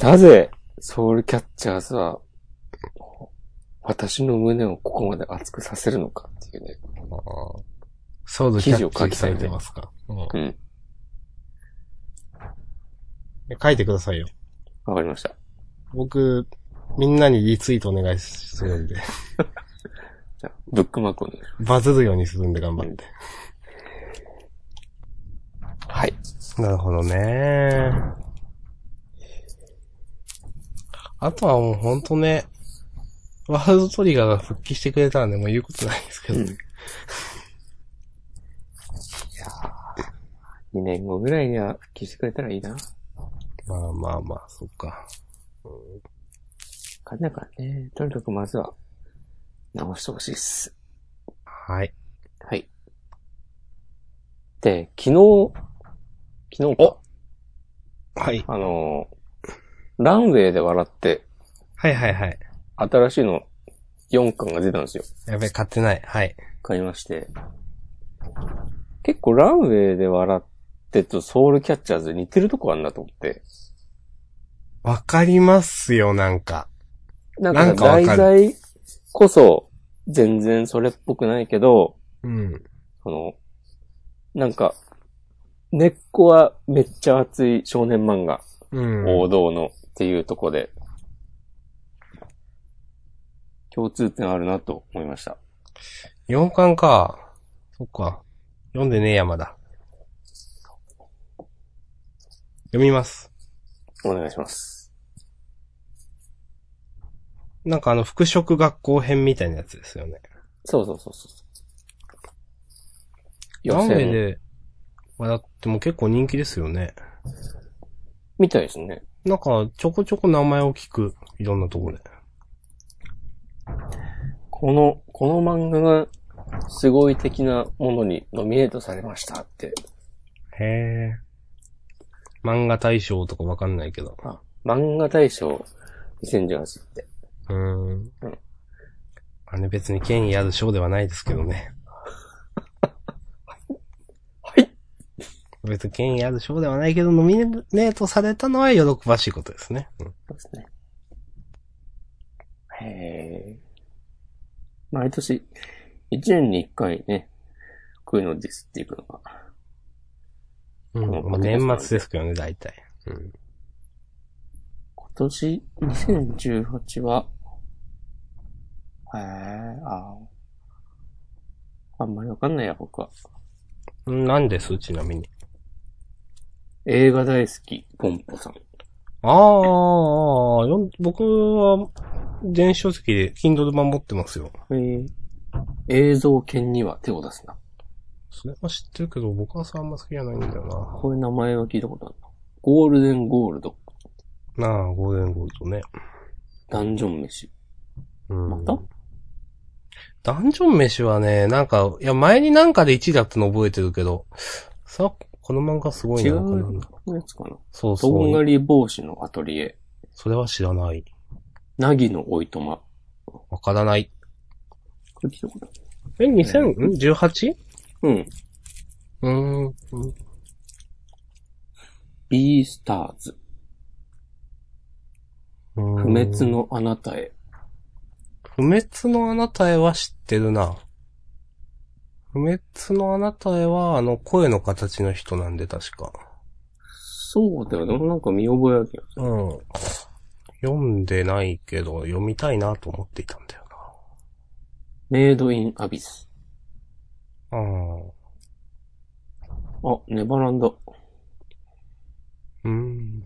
[SPEAKER 2] なぜ、ソウルキャッチャーズは、私の胸をここまで熱くさせるのかっていうね。
[SPEAKER 1] ソードキャッチ
[SPEAKER 2] 記事を書き
[SPEAKER 1] さ
[SPEAKER 2] たい
[SPEAKER 1] れ
[SPEAKER 2] ね
[SPEAKER 1] てますか。うん
[SPEAKER 2] うん。
[SPEAKER 1] 書いてくださいよ。
[SPEAKER 2] わかりました。
[SPEAKER 1] 僕、みんなにリツイートお願いするんで、
[SPEAKER 2] じゃあ、ブックマークをね。
[SPEAKER 1] バズるようにするんで頑張って。
[SPEAKER 2] はい。
[SPEAKER 1] なるほどね。あとはもうほんとね、ワールドトリガーが復帰してくれたんで、もう言うことないですけど、
[SPEAKER 2] うん
[SPEAKER 1] ね
[SPEAKER 2] 2年後ぐらいには復帰してくれたらいいな。
[SPEAKER 1] まあまあまあ、そっか。
[SPEAKER 2] 感じだからね。とにかくまずは、直してほしいっす。
[SPEAKER 1] はい。
[SPEAKER 2] はい。で、昨日、昨日か
[SPEAKER 1] お。はい。
[SPEAKER 2] あのー、ランウェイで笑って、
[SPEAKER 1] はいはいはい。
[SPEAKER 2] 新しいの4巻が出たんですよ。
[SPEAKER 1] やべ、買ってない。はい。
[SPEAKER 2] 買いまして。結構ランウェイで笑ってとソウルキャッチャーズ似てるとこあんなと思って。
[SPEAKER 1] わかりますよ、なんか。
[SPEAKER 2] なん
[SPEAKER 1] な
[SPEAKER 2] か
[SPEAKER 1] んかわか
[SPEAKER 2] 題
[SPEAKER 1] る
[SPEAKER 2] 材こそ全然それっぽくないけど、
[SPEAKER 1] うん。
[SPEAKER 2] その、なんか、根っこはめっちゃ熱い少年漫画、
[SPEAKER 1] うん。
[SPEAKER 2] 王道のっていうとこで、共通点あるなと思いました。
[SPEAKER 1] 4巻か。そっか。読んでねえや、まだ。読みます。
[SPEAKER 2] お願いします。
[SPEAKER 1] なんかあの、服飾学校編みたいなやつですよね。
[SPEAKER 2] そうそうそうそう。予
[SPEAKER 1] ランウェイ
[SPEAKER 2] 選
[SPEAKER 1] で、まあだってもう結構人気ですよね。
[SPEAKER 2] みたいですね。
[SPEAKER 1] なんか、ちょこちょこ名前を聞く。いろんなところで。
[SPEAKER 2] この、この漫画がすごい的なものにノミネートされましたって。
[SPEAKER 1] へえ。漫画大賞とかわかんないけど。
[SPEAKER 2] あ、漫画大賞2018って。
[SPEAKER 1] うーん。あれ別に権威ある賞ではないですけどね。
[SPEAKER 2] はい。
[SPEAKER 1] 別に権威ある賞ではないけど、ノミネートされたのは喜ばしいことですね。うん
[SPEAKER 2] そうですね。へえ。毎年、一年に一回ね、こういうのをディスっていくのが。
[SPEAKER 1] うん。
[SPEAKER 2] うん
[SPEAKER 1] まあ年末ですけどね、大体。うん。
[SPEAKER 2] 今年、2018は、へえ、ああ。あんまりわかんないや、僕は。
[SPEAKER 1] うんなんですちなみに。
[SPEAKER 2] 映画大好き、ポンポさん。
[SPEAKER 1] ああ、よん僕は、電子書籍で Kindle 版持ってますよ。
[SPEAKER 2] え映像犬には手を出すな。
[SPEAKER 1] それは知ってるけど、僕はさ、あんま好きじゃないんだよ
[SPEAKER 2] こういう名前は聞いたことあるな。ゴールデンゴールド、
[SPEAKER 1] な。なあ、ゴールデンゴールドね。
[SPEAKER 2] ダンジョン飯。
[SPEAKER 1] うん
[SPEAKER 2] また
[SPEAKER 1] ダンジョン飯はね、なんか、いや、前になんかで1位だったの覚えてるけど、さ、この漫画すごいな。
[SPEAKER 2] 違う
[SPEAKER 1] この
[SPEAKER 2] やつかな。
[SPEAKER 1] そう
[SPEAKER 2] とん
[SPEAKER 1] そ
[SPEAKER 2] が
[SPEAKER 1] う。
[SPEAKER 2] り帽子のアトリエ、
[SPEAKER 1] それは知らない。
[SPEAKER 2] なぎのおいとま。
[SPEAKER 1] わからない。
[SPEAKER 2] これ聞いたことある
[SPEAKER 1] え、2018?
[SPEAKER 2] うん。
[SPEAKER 1] うーん。
[SPEAKER 2] ビースターズ、
[SPEAKER 1] 不
[SPEAKER 2] 不滅。のあなたへ。
[SPEAKER 1] 不滅のあなたへは知ってるな。不滅のあなたへは、あの、声の形の人なんで、確か。
[SPEAKER 2] そうだよね。なんか見覚えあるよ。
[SPEAKER 1] うん。読んでないけど、読みたいなと思っていたんだよ
[SPEAKER 2] メイドインアビス。
[SPEAKER 1] な。うん。
[SPEAKER 2] あ、ネバランダ。
[SPEAKER 1] うん。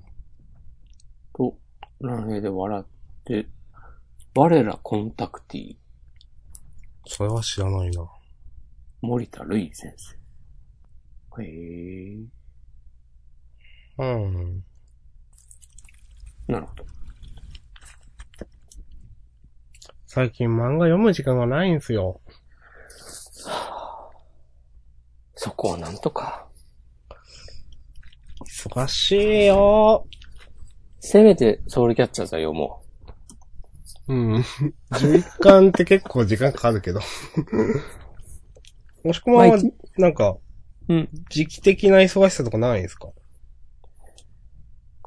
[SPEAKER 2] と、ランウェイで笑って、我らコンタクティ、
[SPEAKER 1] それは知らないな。
[SPEAKER 2] 森田るい先生。へえ。
[SPEAKER 1] うん。
[SPEAKER 2] なるほど。
[SPEAKER 1] 最近漫画読む時間がないんですよ。
[SPEAKER 2] そこはなんとか。
[SPEAKER 1] 忙しいよ
[SPEAKER 2] せめてソウルキャッチャーズは読も
[SPEAKER 1] うん。11巻って結構時間かかるけ ど。もしくは
[SPEAKER 2] まあ、
[SPEAKER 1] なんか、
[SPEAKER 2] う。うん。
[SPEAKER 1] 時期的な忙しさとかないんですか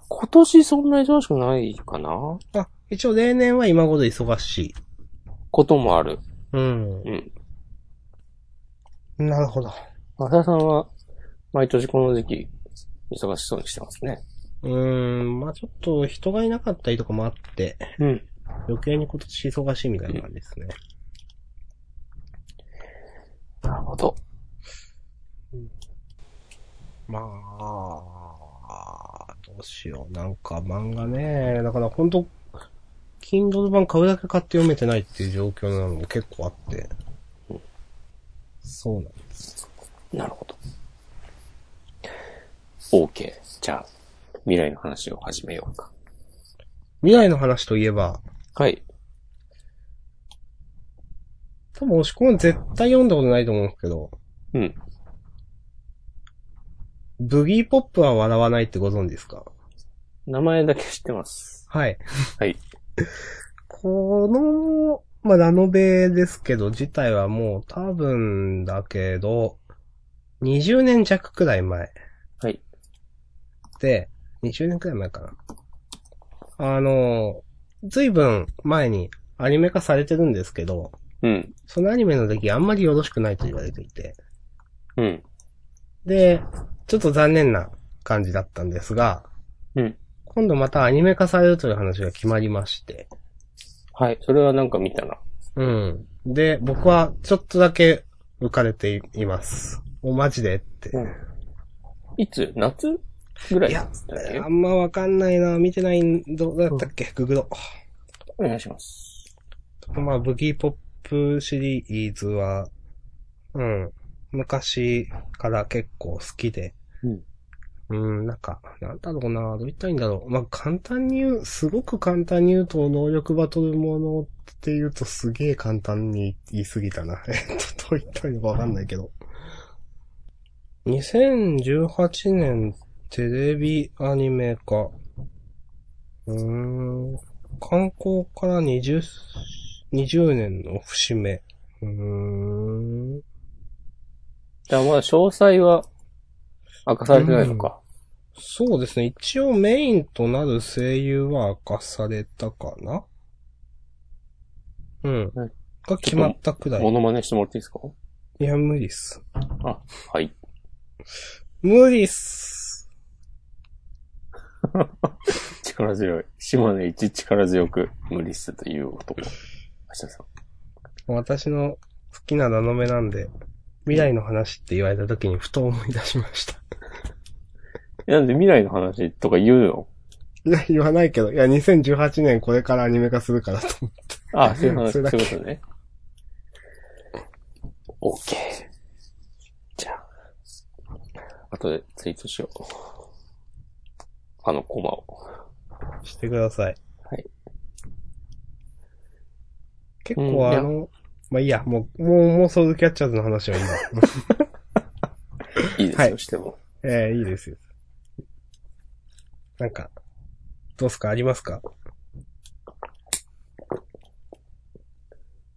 [SPEAKER 2] 今年そんな忙しくないかな
[SPEAKER 1] あ、一応例年は今頃忙しい。
[SPEAKER 2] こともある。
[SPEAKER 1] うん。
[SPEAKER 2] うん。
[SPEAKER 1] なるほど。
[SPEAKER 2] マ田さんは、毎年この時期、忙しそうにしてますね。
[SPEAKER 1] うーん、まあちょっと人がいなかったりとかもあって、
[SPEAKER 2] うん。
[SPEAKER 1] 余計に今年忙しいみたいな感じですね。
[SPEAKER 2] なるほど。
[SPEAKER 1] まあ、どうしよう。なんか漫画ね。だから本当 Kindle 版買うだけ買って読めてないっていう状況なのも結構あって。そうなんです。
[SPEAKER 2] なるほど。OK。じゃあ、未来の話を始めようか。
[SPEAKER 1] 未来の話といえば、
[SPEAKER 2] はい。
[SPEAKER 1] 多分押し込む絶対読んだことないと思うんですけど、
[SPEAKER 2] うん。
[SPEAKER 1] ブギーポップは笑わないってご存知ですか
[SPEAKER 2] 名前だけ知ってます。
[SPEAKER 1] はい。
[SPEAKER 2] はい。
[SPEAKER 1] このまあ、ラノベですけど、自体はもう多分だけど、20年弱くらい前。
[SPEAKER 2] はい。
[SPEAKER 1] で、20年くらい前かな。あの、ずいぶん前にアニメ化されてるんですけど、
[SPEAKER 2] うん。
[SPEAKER 1] そのアニメの出来あんまりよろしくないと言われていて。
[SPEAKER 2] うん。
[SPEAKER 1] で、ちょっと残念な感じだったんですが、
[SPEAKER 2] うん。
[SPEAKER 1] 今度またアニメ化されるという話が決まりまして、
[SPEAKER 2] はい。それはなんか見たな。
[SPEAKER 1] うん。で、僕はちょっとだけ浮かれています。お、マジでって。
[SPEAKER 2] いつ夏ぐらい
[SPEAKER 1] い
[SPEAKER 2] だ
[SPEAKER 1] や
[SPEAKER 2] ったっけ
[SPEAKER 1] あんまわかんないな。見てないん、どうだったっけ、ググド。
[SPEAKER 2] お願いします。
[SPEAKER 1] まあ、ブギーポップシリーズは、うん、昔から結構好きで、
[SPEAKER 2] うん。
[SPEAKER 1] うん、なんか、なんだろうな、どう言ったらいいんだろう。まあ、簡単に言う、すごく簡単に言うと、能力バトルものって言うとすげえ簡単に言い過ぎたな。 えっと、どう言ったらいいのかわかんないけど。2018年テレビアニメ化。うーん、観光から20、20年の節目。うーん。
[SPEAKER 2] じゃあまだ詳細は明かされてないのか。
[SPEAKER 1] そうですね。一応メインとなる声優は明かされたかなうん
[SPEAKER 2] はい。
[SPEAKER 1] が決まったくら
[SPEAKER 2] モ
[SPEAKER 1] い。
[SPEAKER 2] ノマネしてもらっていいですか
[SPEAKER 1] いや、無理っす。
[SPEAKER 2] はい。
[SPEAKER 1] 無理っす。
[SPEAKER 2] 力強い。島根一力強く無理っすという男。明日さん。
[SPEAKER 1] 私の好きなラノベなんで、未来の話って言われた時にふと思い出しました。
[SPEAKER 2] えなんで未来の話とか言うの
[SPEAKER 1] いや、 言わないけど、いや、2018年これからアニメ化するからと思って。
[SPEAKER 2] あ、そういう話、
[SPEAKER 1] そう
[SPEAKER 2] そ
[SPEAKER 1] れ
[SPEAKER 2] いう
[SPEAKER 1] だ
[SPEAKER 2] こ
[SPEAKER 1] け
[SPEAKER 2] とね。オッケー。じゃあ。後でツイートしよう。あのコマを。
[SPEAKER 1] してください。
[SPEAKER 2] はい。
[SPEAKER 1] 結
[SPEAKER 2] うん
[SPEAKER 1] 構あの、まあ、いいや、もう、もう、もうソウルキャッチャーズの話はい いんだ。
[SPEAKER 2] いいですよ、
[SPEAKER 1] はい
[SPEAKER 2] しても。
[SPEAKER 1] ええいいですよ。なんか、どうすかありますか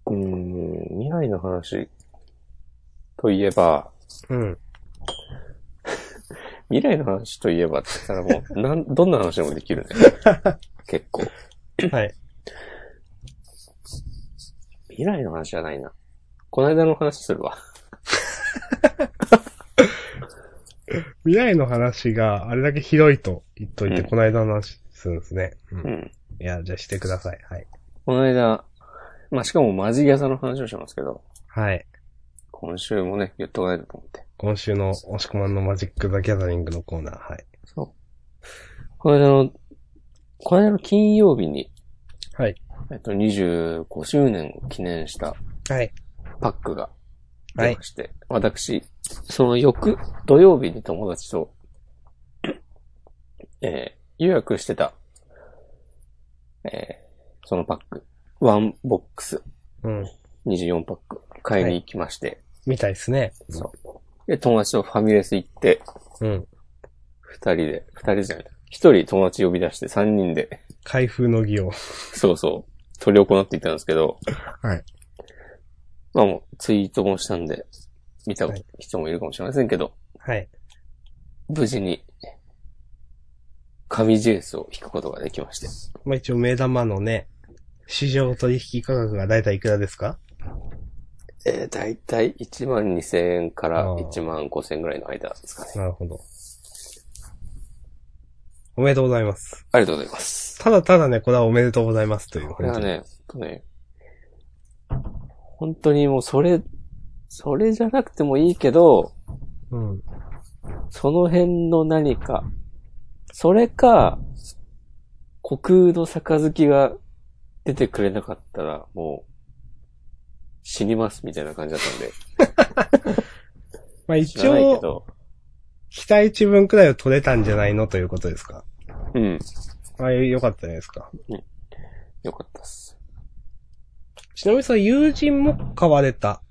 [SPEAKER 2] うーん、未来の話。といえば、
[SPEAKER 1] うん。
[SPEAKER 2] 未来の話といえばって言ったらも う、なん、どんな話でもできるね。結構。
[SPEAKER 1] はい。
[SPEAKER 2] 未来の話じゃないな。この間の話するわ。
[SPEAKER 1] 未来の話があれだけ広いと言っといて、
[SPEAKER 2] うん
[SPEAKER 1] この間の話するんですね。うん。
[SPEAKER 2] う
[SPEAKER 1] い
[SPEAKER 2] ん。
[SPEAKER 1] や、じゃあしてください。はい。
[SPEAKER 2] この間、まあ、しかもマジギャザの話をしてますけど、
[SPEAKER 1] はい。
[SPEAKER 2] 今週もね、言っとかないとと思って。
[SPEAKER 1] 今週の押し込まんのマジック・ザ・ギャザリングのコーナー。はい。
[SPEAKER 2] この間の、この間の金曜日に、
[SPEAKER 1] はい。
[SPEAKER 2] えっと、25周年を記念した
[SPEAKER 1] はい。
[SPEAKER 2] パックが
[SPEAKER 1] は
[SPEAKER 2] 出
[SPEAKER 1] い
[SPEAKER 2] ま。して、私、その翌土曜日に友達と、えー予約してた、えーそのパック、ワンボックス、
[SPEAKER 1] うん。
[SPEAKER 2] 24パック、買いに行きまして、
[SPEAKER 1] みたいですね。
[SPEAKER 2] そう。で、友達とファミレス行って、
[SPEAKER 1] うん。
[SPEAKER 2] 二人で、二人じゃない、一人友達呼び出して三人で、
[SPEAKER 1] 開封の儀を。
[SPEAKER 2] そうそう、取り行っていったんですけど、
[SPEAKER 1] はい。
[SPEAKER 2] まあもう、ツイートもしたんで、見た
[SPEAKER 1] はい
[SPEAKER 2] 人もいるかもしれませんけど、
[SPEAKER 1] はい。
[SPEAKER 2] 無事に、紙ジェイスを引くことができまして。
[SPEAKER 1] まあ、一応目玉のね、市場取引価格がだいたいいくらですか
[SPEAKER 2] えー、だいたい1万2000円から
[SPEAKER 1] あー
[SPEAKER 2] 1万5000円ぐらいの間ですかね。
[SPEAKER 1] なるほど。おめでとうございます。
[SPEAKER 2] ありがとうございます。
[SPEAKER 1] ただただね、これはおめでとうございますという。
[SPEAKER 2] これはね、ほんとね、本当にもうそれ、それじゃなくてもいいけど、
[SPEAKER 1] 本
[SPEAKER 2] その辺の何か、それか、虚空の杯が出てくれなかったら、もう、死にますみたいな感じだったんで、
[SPEAKER 1] 当に。うん。まあ
[SPEAKER 2] 知
[SPEAKER 1] 一
[SPEAKER 2] らないけ
[SPEAKER 1] 応、
[SPEAKER 2] ど、
[SPEAKER 1] 期待値分くらいは取れたんじゃないのということですか。
[SPEAKER 2] うん、
[SPEAKER 1] ああ、よかったじゃないですか。
[SPEAKER 2] よかったっす。
[SPEAKER 1] ちなみにその友人も買われた。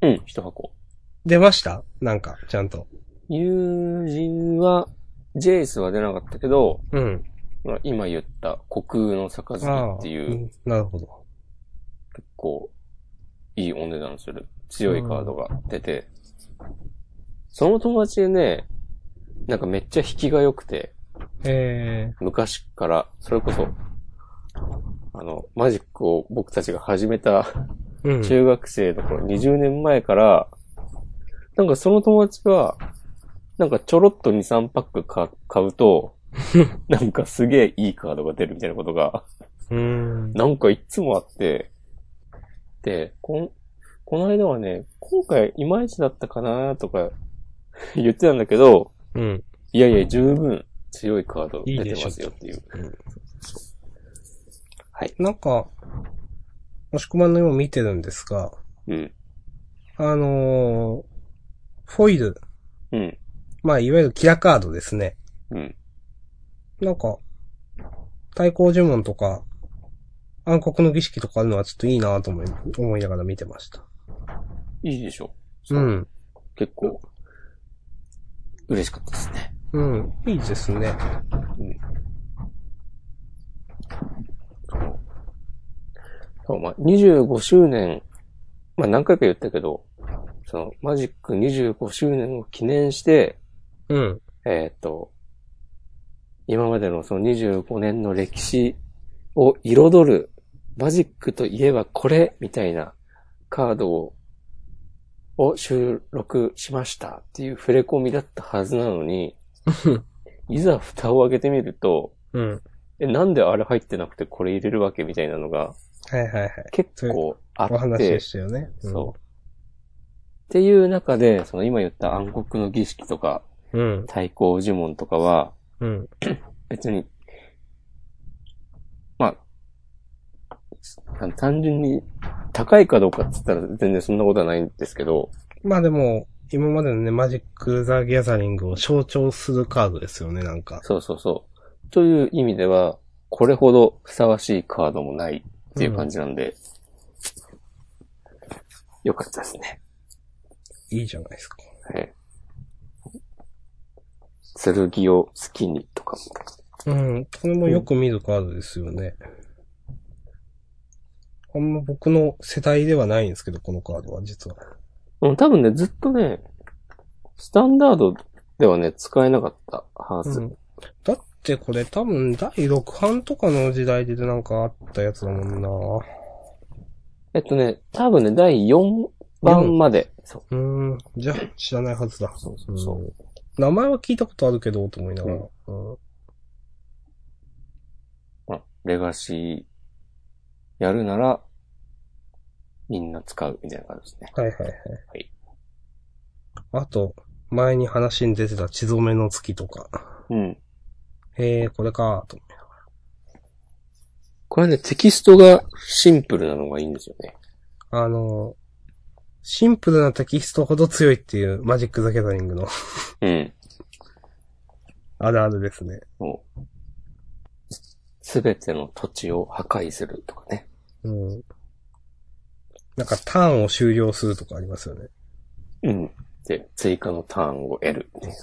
[SPEAKER 2] うん、一箱。
[SPEAKER 1] 出ましたなんか、ちゃんと。
[SPEAKER 2] 友人は、ジェイスは出なかったけど、
[SPEAKER 1] うん。
[SPEAKER 2] 今言った虚空の杯
[SPEAKER 1] ああ。
[SPEAKER 2] っていう
[SPEAKER 1] うんなるほど。
[SPEAKER 2] 結構、いいお値段する。強いカードが出て、その友達でね、なんかめっちゃ引きが良くて、
[SPEAKER 1] え
[SPEAKER 2] 昔から、それこそ、あの、マジックを僕たちが始めた
[SPEAKER 1] えうん。
[SPEAKER 2] 中学生の頃、20年前から、なんかその友達が、なんかちょろっと2、3パックか買う と、なんかすげえいいカードが出るみたいなことが、
[SPEAKER 1] うん。
[SPEAKER 2] なんかいつもあって、で、こん、この間はね、今回いまいちだったかなとか言ってたんだけど、
[SPEAKER 1] うん。
[SPEAKER 2] いやいや、十分強いカード
[SPEAKER 1] いい
[SPEAKER 2] 出
[SPEAKER 1] で
[SPEAKER 2] て
[SPEAKER 1] しょ
[SPEAKER 2] ますよっていう。
[SPEAKER 1] なんか、押し込まんの今見てるんですが、
[SPEAKER 2] うん。
[SPEAKER 1] あのーフォイル、
[SPEAKER 2] うん。
[SPEAKER 1] まあ、いわゆるキラカードですね。
[SPEAKER 2] うん。
[SPEAKER 1] なんか、対抗呪文とか、暗黒の儀式とかあるのはちょっといいなと思い、思いながら見てました。
[SPEAKER 2] いいでしょ。
[SPEAKER 1] うん。
[SPEAKER 2] 結構、嬉しかったですね。
[SPEAKER 1] うん。いいですね。
[SPEAKER 2] そう、まあ、25周年、まあ何回か言ったけど、その、マジック25周年を記念して、
[SPEAKER 1] うん。
[SPEAKER 2] えーっと、今までのその25年の歴史を彩る、マジックといえばこれみたいなカードを、を収録しましたっていう触れ込みだったはずな のに、いざ蓋を開けてみると、
[SPEAKER 1] うん。
[SPEAKER 2] え、なんであれ入ってなくてこれ入れるわけみたいなのが
[SPEAKER 1] はいはいはい。
[SPEAKER 2] 結構あ
[SPEAKER 1] お
[SPEAKER 2] っ
[SPEAKER 1] 話
[SPEAKER 2] て
[SPEAKER 1] で、したよね。ん
[SPEAKER 2] そう。っていう中で、その今言った暗黒の儀式とか、
[SPEAKER 1] うん。
[SPEAKER 2] 対抗呪文とかは、
[SPEAKER 1] うん。
[SPEAKER 2] 別に、まあ、単純に高いかどうかって言ったら全然そんなことはないんですけど、
[SPEAKER 1] まあでも、今までのね、マジック・ザ・ギャザリングを象徴するカードですよね、なんか。
[SPEAKER 2] そうそうそう。という意味では、これほどふさわしいカードもないっていう感じなんで、よかったですね。
[SPEAKER 1] いいじゃないですか。
[SPEAKER 2] ええ剣を好きにとかも。
[SPEAKER 1] うん。これもよく見るカードですよね。あんま僕の世代ではないんですけど、このカードは実は。
[SPEAKER 2] うん、多分ね、ずっとね、スタンダードではね、使えなかったはず。
[SPEAKER 1] うんだってこれ多分第6版とかの時代でなんかあったやつだもんな
[SPEAKER 2] えっとね、多分ね、第4番まで。そう
[SPEAKER 1] うん。じゃあ、知らないはずだ。
[SPEAKER 2] そうそうそう
[SPEAKER 1] うん名前は聞いたことあるけど、と思いながら。うん
[SPEAKER 2] まあレガシーやるなら、みんな使うみたいな感じですね。
[SPEAKER 1] はいはいはい。
[SPEAKER 2] はい
[SPEAKER 1] あと、前に話に出てた地染めの月とか。
[SPEAKER 2] うん。
[SPEAKER 1] へえ、これか、と。
[SPEAKER 2] これね、テキストがシンプルなのがいいんですよね。
[SPEAKER 1] あの、シンプルなテキストほど強いっていうマジック・ザ・ギャザリングの
[SPEAKER 2] うん。
[SPEAKER 1] あるあるですね。
[SPEAKER 2] もう、すべての土地を破壊するとかね。
[SPEAKER 1] うん。なんかターンを終了するとかありますよね。
[SPEAKER 2] うん。で、追加のターンを得るみたいな。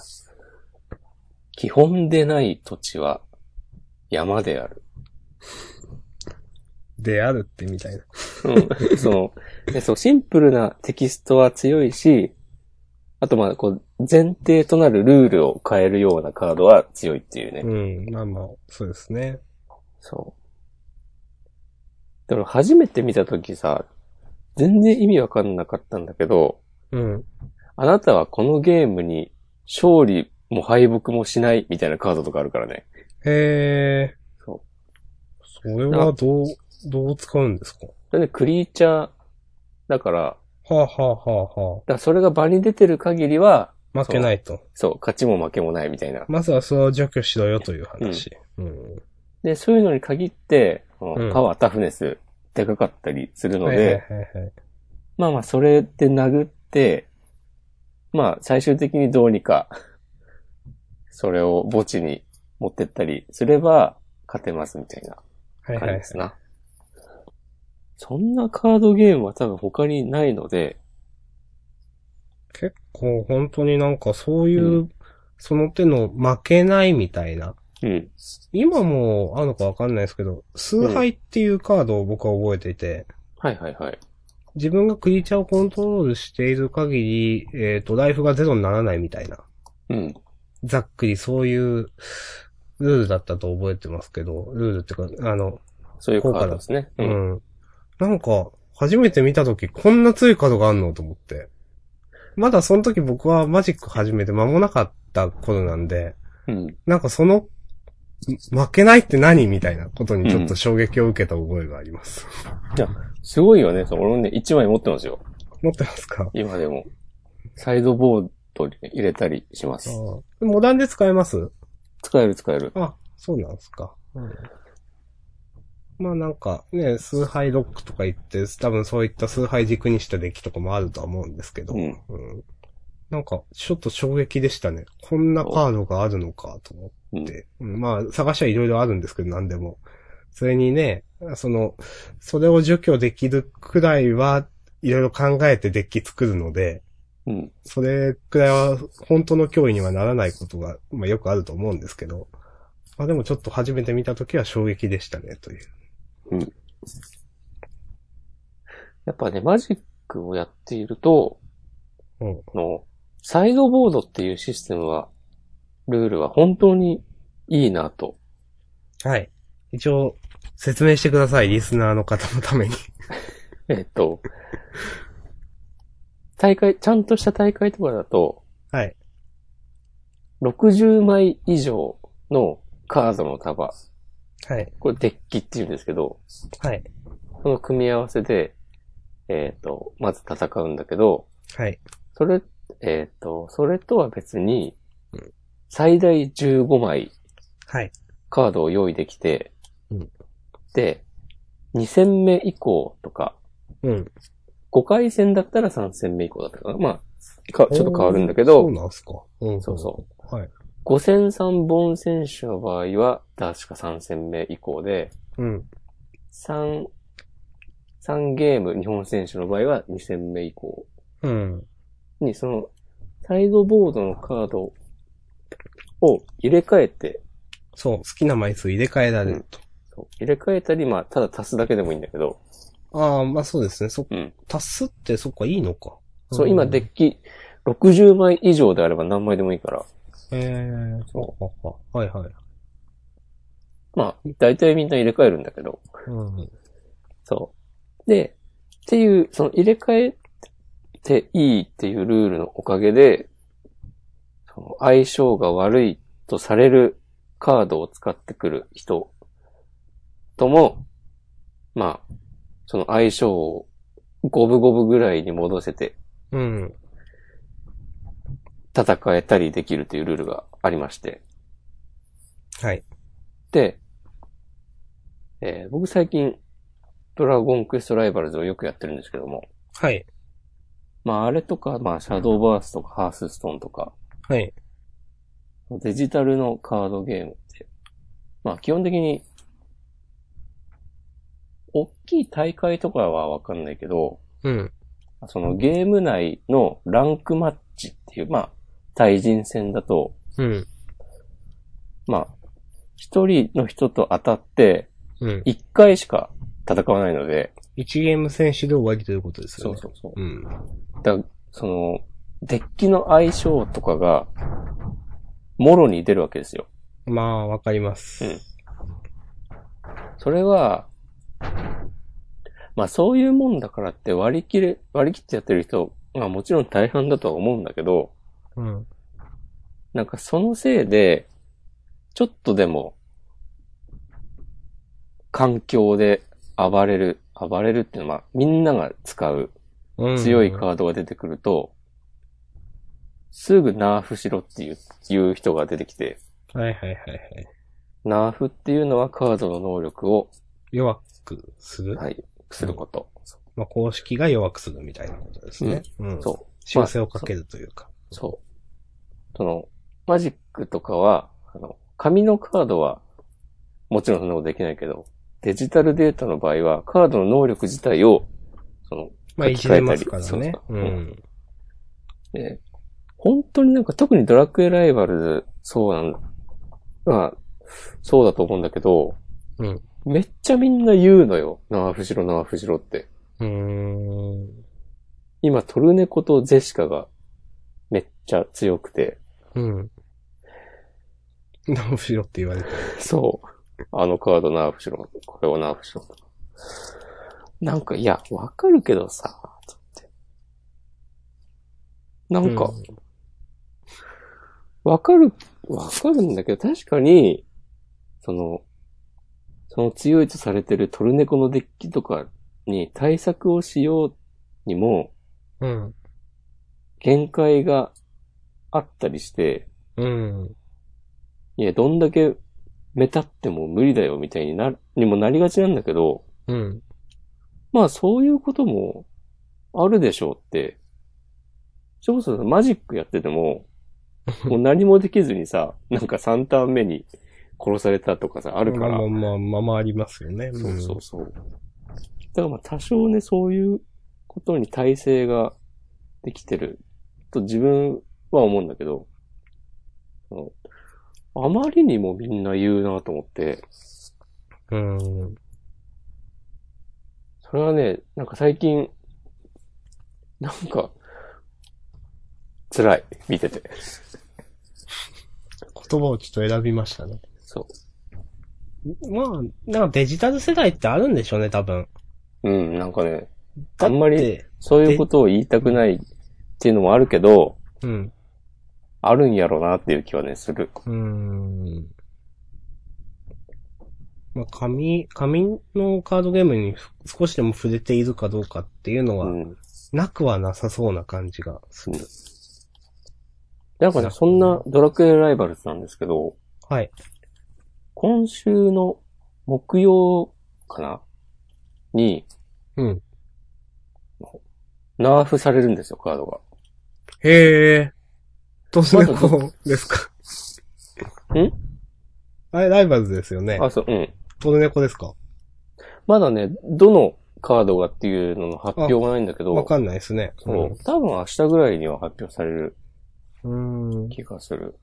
[SPEAKER 2] 基本でない土地は山である。
[SPEAKER 1] であるってみたいな。
[SPEAKER 2] うん。 その、でそう、シンプルなテキストは強いし、あとまあ、こう、前提となるルールを変えるようなカードは強いっていうね。
[SPEAKER 1] うん。まあまあ、そうですね。
[SPEAKER 2] そう。だから初めて見たときさ、全然意味わかんなかったんだけど、
[SPEAKER 1] うん。
[SPEAKER 2] あなたはこのゲームに勝利も敗北もしないみたいなカードとかあるからね。
[SPEAKER 1] へえ。。
[SPEAKER 2] そう
[SPEAKER 1] それはどう、どう使うんですか
[SPEAKER 2] それでクリーチャーだから、だか
[SPEAKER 1] はあ、はあはあは
[SPEAKER 2] らそれが場に出てる限りは、
[SPEAKER 1] あ、負けないと。
[SPEAKER 2] そう、勝ちも負けもないみたいな。
[SPEAKER 1] まずはそれを除去しろよという話。うん。
[SPEAKER 2] で、そういうのに限って、
[SPEAKER 1] ん
[SPEAKER 2] パワー、タフネス、でかかったりするの
[SPEAKER 1] はい
[SPEAKER 2] で、
[SPEAKER 1] はいはいはい。
[SPEAKER 2] まあまあ、それで殴って、まあ、最終的にどうにか、それを墓地に持ってったりすれば、勝てますみたいな
[SPEAKER 1] はいはい
[SPEAKER 2] 感じ
[SPEAKER 1] はい
[SPEAKER 2] ですな。そんなカードゲームは多分他にないので、
[SPEAKER 1] 結構本当になんかそういう、
[SPEAKER 2] う
[SPEAKER 1] その手の負けないみたいな。
[SPEAKER 2] うん。
[SPEAKER 1] 今もあるのかわかんないですけど、崇拝っていうカードを僕は覚えていて、
[SPEAKER 2] はいはいはい。
[SPEAKER 1] 自分がクリーチャーをコントロールしている限り、えっ、と、ライフがゼロにならないみたいな。
[SPEAKER 2] うん。
[SPEAKER 1] ざっくりそういうルールだったと覚えてますけど、ルールっていうか、あの、
[SPEAKER 2] そういうカードですね。
[SPEAKER 1] う
[SPEAKER 2] うん。
[SPEAKER 1] ん。なんか、初めて見たとき、こんな強いカードがあんのと思って。まだその時僕はマジック始めて間もなかった頃なんで、
[SPEAKER 2] うん。
[SPEAKER 1] なんかその、ん負けないって何みたいなことにちょっと衝撃を受けた覚えがあります。
[SPEAKER 2] すごいよね。そう俺もね、1枚持ってますよ。
[SPEAKER 1] 持ってますか
[SPEAKER 2] 今でも。サイドボードに入れたりします。
[SPEAKER 1] モダンで使えます
[SPEAKER 2] 使える使える。
[SPEAKER 1] あ、そうなんですか。まあなんかね、崇拝ロックとか言って、多分そういった崇拝軸にしたデッキとかもあるとは思うんですけど、
[SPEAKER 2] うん。
[SPEAKER 1] うんなんか、ちょっと衝撃でしたね。こんなカードがあるのか、と思って。うんまあ、探しはいろいろあるんですけど、何でも。それにね、その、それを除去できるくらいは、いろいろ考えてデッキ作るので、
[SPEAKER 2] うん。
[SPEAKER 1] それくらいは本当の脅威にはならないことが、まあよくあると思うんですけど、まあでもちょっと初めて見たときは衝撃でしたね、という。
[SPEAKER 2] やっぱね、マジックをやっていると、
[SPEAKER 1] うん
[SPEAKER 2] あの、サイドボードっていうシステムは、ルールは本当にいいなと。
[SPEAKER 1] はい。一応、説明してください、リスナーの方のために。
[SPEAKER 2] えっと、 大会、ちゃんとした大会とかだと、
[SPEAKER 1] はい。
[SPEAKER 2] 60枚以上のカードの束、
[SPEAKER 1] はい。
[SPEAKER 2] これデッキって言うんですけど、
[SPEAKER 1] はい。
[SPEAKER 2] その組み合わせで、えっ、と、まず戦うんだけど、
[SPEAKER 1] はい。
[SPEAKER 2] それ、えっ、と、それとは別に、最大15枚
[SPEAKER 1] はい。
[SPEAKER 2] カードを用意できて、
[SPEAKER 1] うん
[SPEAKER 2] で、2戦目以降とか、
[SPEAKER 1] うん。
[SPEAKER 2] 5回戦だったら3戦目以降だったかな。まあ、かちょっと変わるんだけ
[SPEAKER 1] そ
[SPEAKER 2] ど
[SPEAKER 1] う、なんすか。うん。。
[SPEAKER 2] そうそう
[SPEAKER 1] はい。
[SPEAKER 2] 5戦3本選手の場合は、確か3戦目以降で、
[SPEAKER 1] うん。
[SPEAKER 2] 3、3ゲーム日本選手の場合は2戦目以降
[SPEAKER 1] うん。
[SPEAKER 2] に、その、サイドボードのカードを入れ替えて、
[SPEAKER 1] そう。好きな枚数入れ替えられると。
[SPEAKER 2] そう入れ替えたり、まあ、ただ足すだけでもいいんだけど、
[SPEAKER 1] ああ、まあそうですね。そ、
[SPEAKER 2] うん
[SPEAKER 1] 足すってそっか、いいのか。
[SPEAKER 2] そう、今デッキ60枚以上であれば何枚でもいいから、
[SPEAKER 1] ええー、そうか。はいはい。
[SPEAKER 2] まあ、大体みんな入れ替えるんだけど、
[SPEAKER 1] うん。
[SPEAKER 2] そう。で、っていう、その入れ替えていいっていうルールのおかげで、その相性が悪いとされるカードを使ってくる人とも、まあ、その相性を五分五分ぐらいに戻せて
[SPEAKER 1] うん。
[SPEAKER 2] 戦えたりできるというルールがありまして。
[SPEAKER 1] はい。
[SPEAKER 2] で、えー僕最近、ドラゴンクエストライバルズをよくやってるんですけども、
[SPEAKER 1] はい。
[SPEAKER 2] まあ、あれとか、まあ、シャドーバースとか、ハースストーンとか、
[SPEAKER 1] はい。
[SPEAKER 2] デジタルのカードゲームって、まあ、基本的に、大きい大会とかはわかんないけど、
[SPEAKER 1] うん。
[SPEAKER 2] そのゲーム内のランクマッチっていう、まあ、対人戦だと、
[SPEAKER 1] うん。
[SPEAKER 2] まあ、一人の人と当たって、
[SPEAKER 1] うん。
[SPEAKER 2] 一回しか戦わないので、
[SPEAKER 1] 1ゲーム選手で終わりということですよね。
[SPEAKER 2] そうそう。
[SPEAKER 1] う。うん。
[SPEAKER 2] だその、デッキの相性とかが、もろに出るわけですよ。
[SPEAKER 1] まあ、わかります。
[SPEAKER 2] うんそれは、まあそういうもんだからって割り切れ、割り切ってやってる人、まあもちろん大半だとは思うんだけど、
[SPEAKER 1] うん。
[SPEAKER 2] なんかそのせいで、ちょっとでも、環境で暴れる、暴れるっていうのは、まあみんなが使う
[SPEAKER 1] うん。
[SPEAKER 2] 強いカードが出てくると、すぐナーフしろっていう、いう人が出てきて、
[SPEAKER 1] はいはいはいはい。
[SPEAKER 2] ナーフっていうのはカードの能力を、
[SPEAKER 1] 弱くする。
[SPEAKER 2] はい、すること。
[SPEAKER 1] まあ、公式が弱くするみたいなことですね。うん。
[SPEAKER 2] そう。
[SPEAKER 1] 修正をかけるというか。
[SPEAKER 2] そう。その、マジックとかは、あの、紙のカードは、もちろんそんなことできないけど、デジタルデータの場合は、カードの能力自体を、その、
[SPEAKER 1] まあ、いじれますから
[SPEAKER 2] 書き換え
[SPEAKER 1] ね
[SPEAKER 2] たり。そう
[SPEAKER 1] う。
[SPEAKER 2] そうんえー本当になんか特にドラクエライバルズ、そうなんだ。まあ、そうだと思うんだけど、
[SPEAKER 1] うん
[SPEAKER 2] めっちゃみんな言うのよ。なあ、ふしろなあ、ふしろって。
[SPEAKER 1] うーん。
[SPEAKER 2] 今、トルネコとゼシカがめっちゃ強くて、
[SPEAKER 1] うん。直しろって言われて。
[SPEAKER 2] そう。あのカードナーフしろ。これをナーフしろ。なんか、いや、わかるけどさ、つって。なんか、わかる、わかるんだけど、確かに、その、その強いとされてるトルネコのデッキとかに対策をしようにも、
[SPEAKER 1] うん。
[SPEAKER 2] 限界があったりして、
[SPEAKER 1] うん。
[SPEAKER 2] いや、どんだけメタっても無理だよみたいになる、にもなりがちなんだけど、
[SPEAKER 1] うん。
[SPEAKER 2] まあそういうこともあるでしょうって、それこそマジックやってても、 もう何もできずにさ、なんか3ターン目に殺されたとかさ、あるから
[SPEAKER 1] まあ、まあまあ、まあまあありますよね。
[SPEAKER 2] そうそうそう。だからまあ多少ね、そういうことに耐性ができてると自分は思うんだけど、あのあまりにもみんな言うなと思って、
[SPEAKER 1] うん。うん。
[SPEAKER 2] それはね、なんか最近、なんか、辛い、見てて。
[SPEAKER 1] 言葉をちょっと選びましたね。
[SPEAKER 2] そ
[SPEAKER 1] まあ、なんかデジタル世代ってあるんでしょうね、多分。
[SPEAKER 2] う。うん、なんかね、
[SPEAKER 1] だって
[SPEAKER 2] あんまり。そういうことを言いたくないっていうのもあるけど、
[SPEAKER 1] うん。
[SPEAKER 2] あるんやろうなっていう気はね、する。
[SPEAKER 1] うーん。まあ、紙、紙のカードゲームにふ少しでも触れているかどうかっていうの
[SPEAKER 2] う
[SPEAKER 1] は、
[SPEAKER 2] ん。
[SPEAKER 1] なくはなさそうな感じがする。
[SPEAKER 2] なんかね、そんなドラクエライバルズなんですけど、
[SPEAKER 1] はい。
[SPEAKER 2] 今週の木曜かなに、
[SPEAKER 1] うん。
[SPEAKER 2] ナーフされるんですよ、カードが。
[SPEAKER 1] へえ。どうするこうですか
[SPEAKER 2] ん
[SPEAKER 1] あれ、ライバルズですよね。
[SPEAKER 2] あ、そう、うん。
[SPEAKER 1] トルネコですか
[SPEAKER 2] まだね、どのカードがっていうのの発表がないんだけど、
[SPEAKER 1] わかんないですね。
[SPEAKER 2] そう多分明日ぐらいには発表される
[SPEAKER 1] うん。うん。
[SPEAKER 2] 気がする。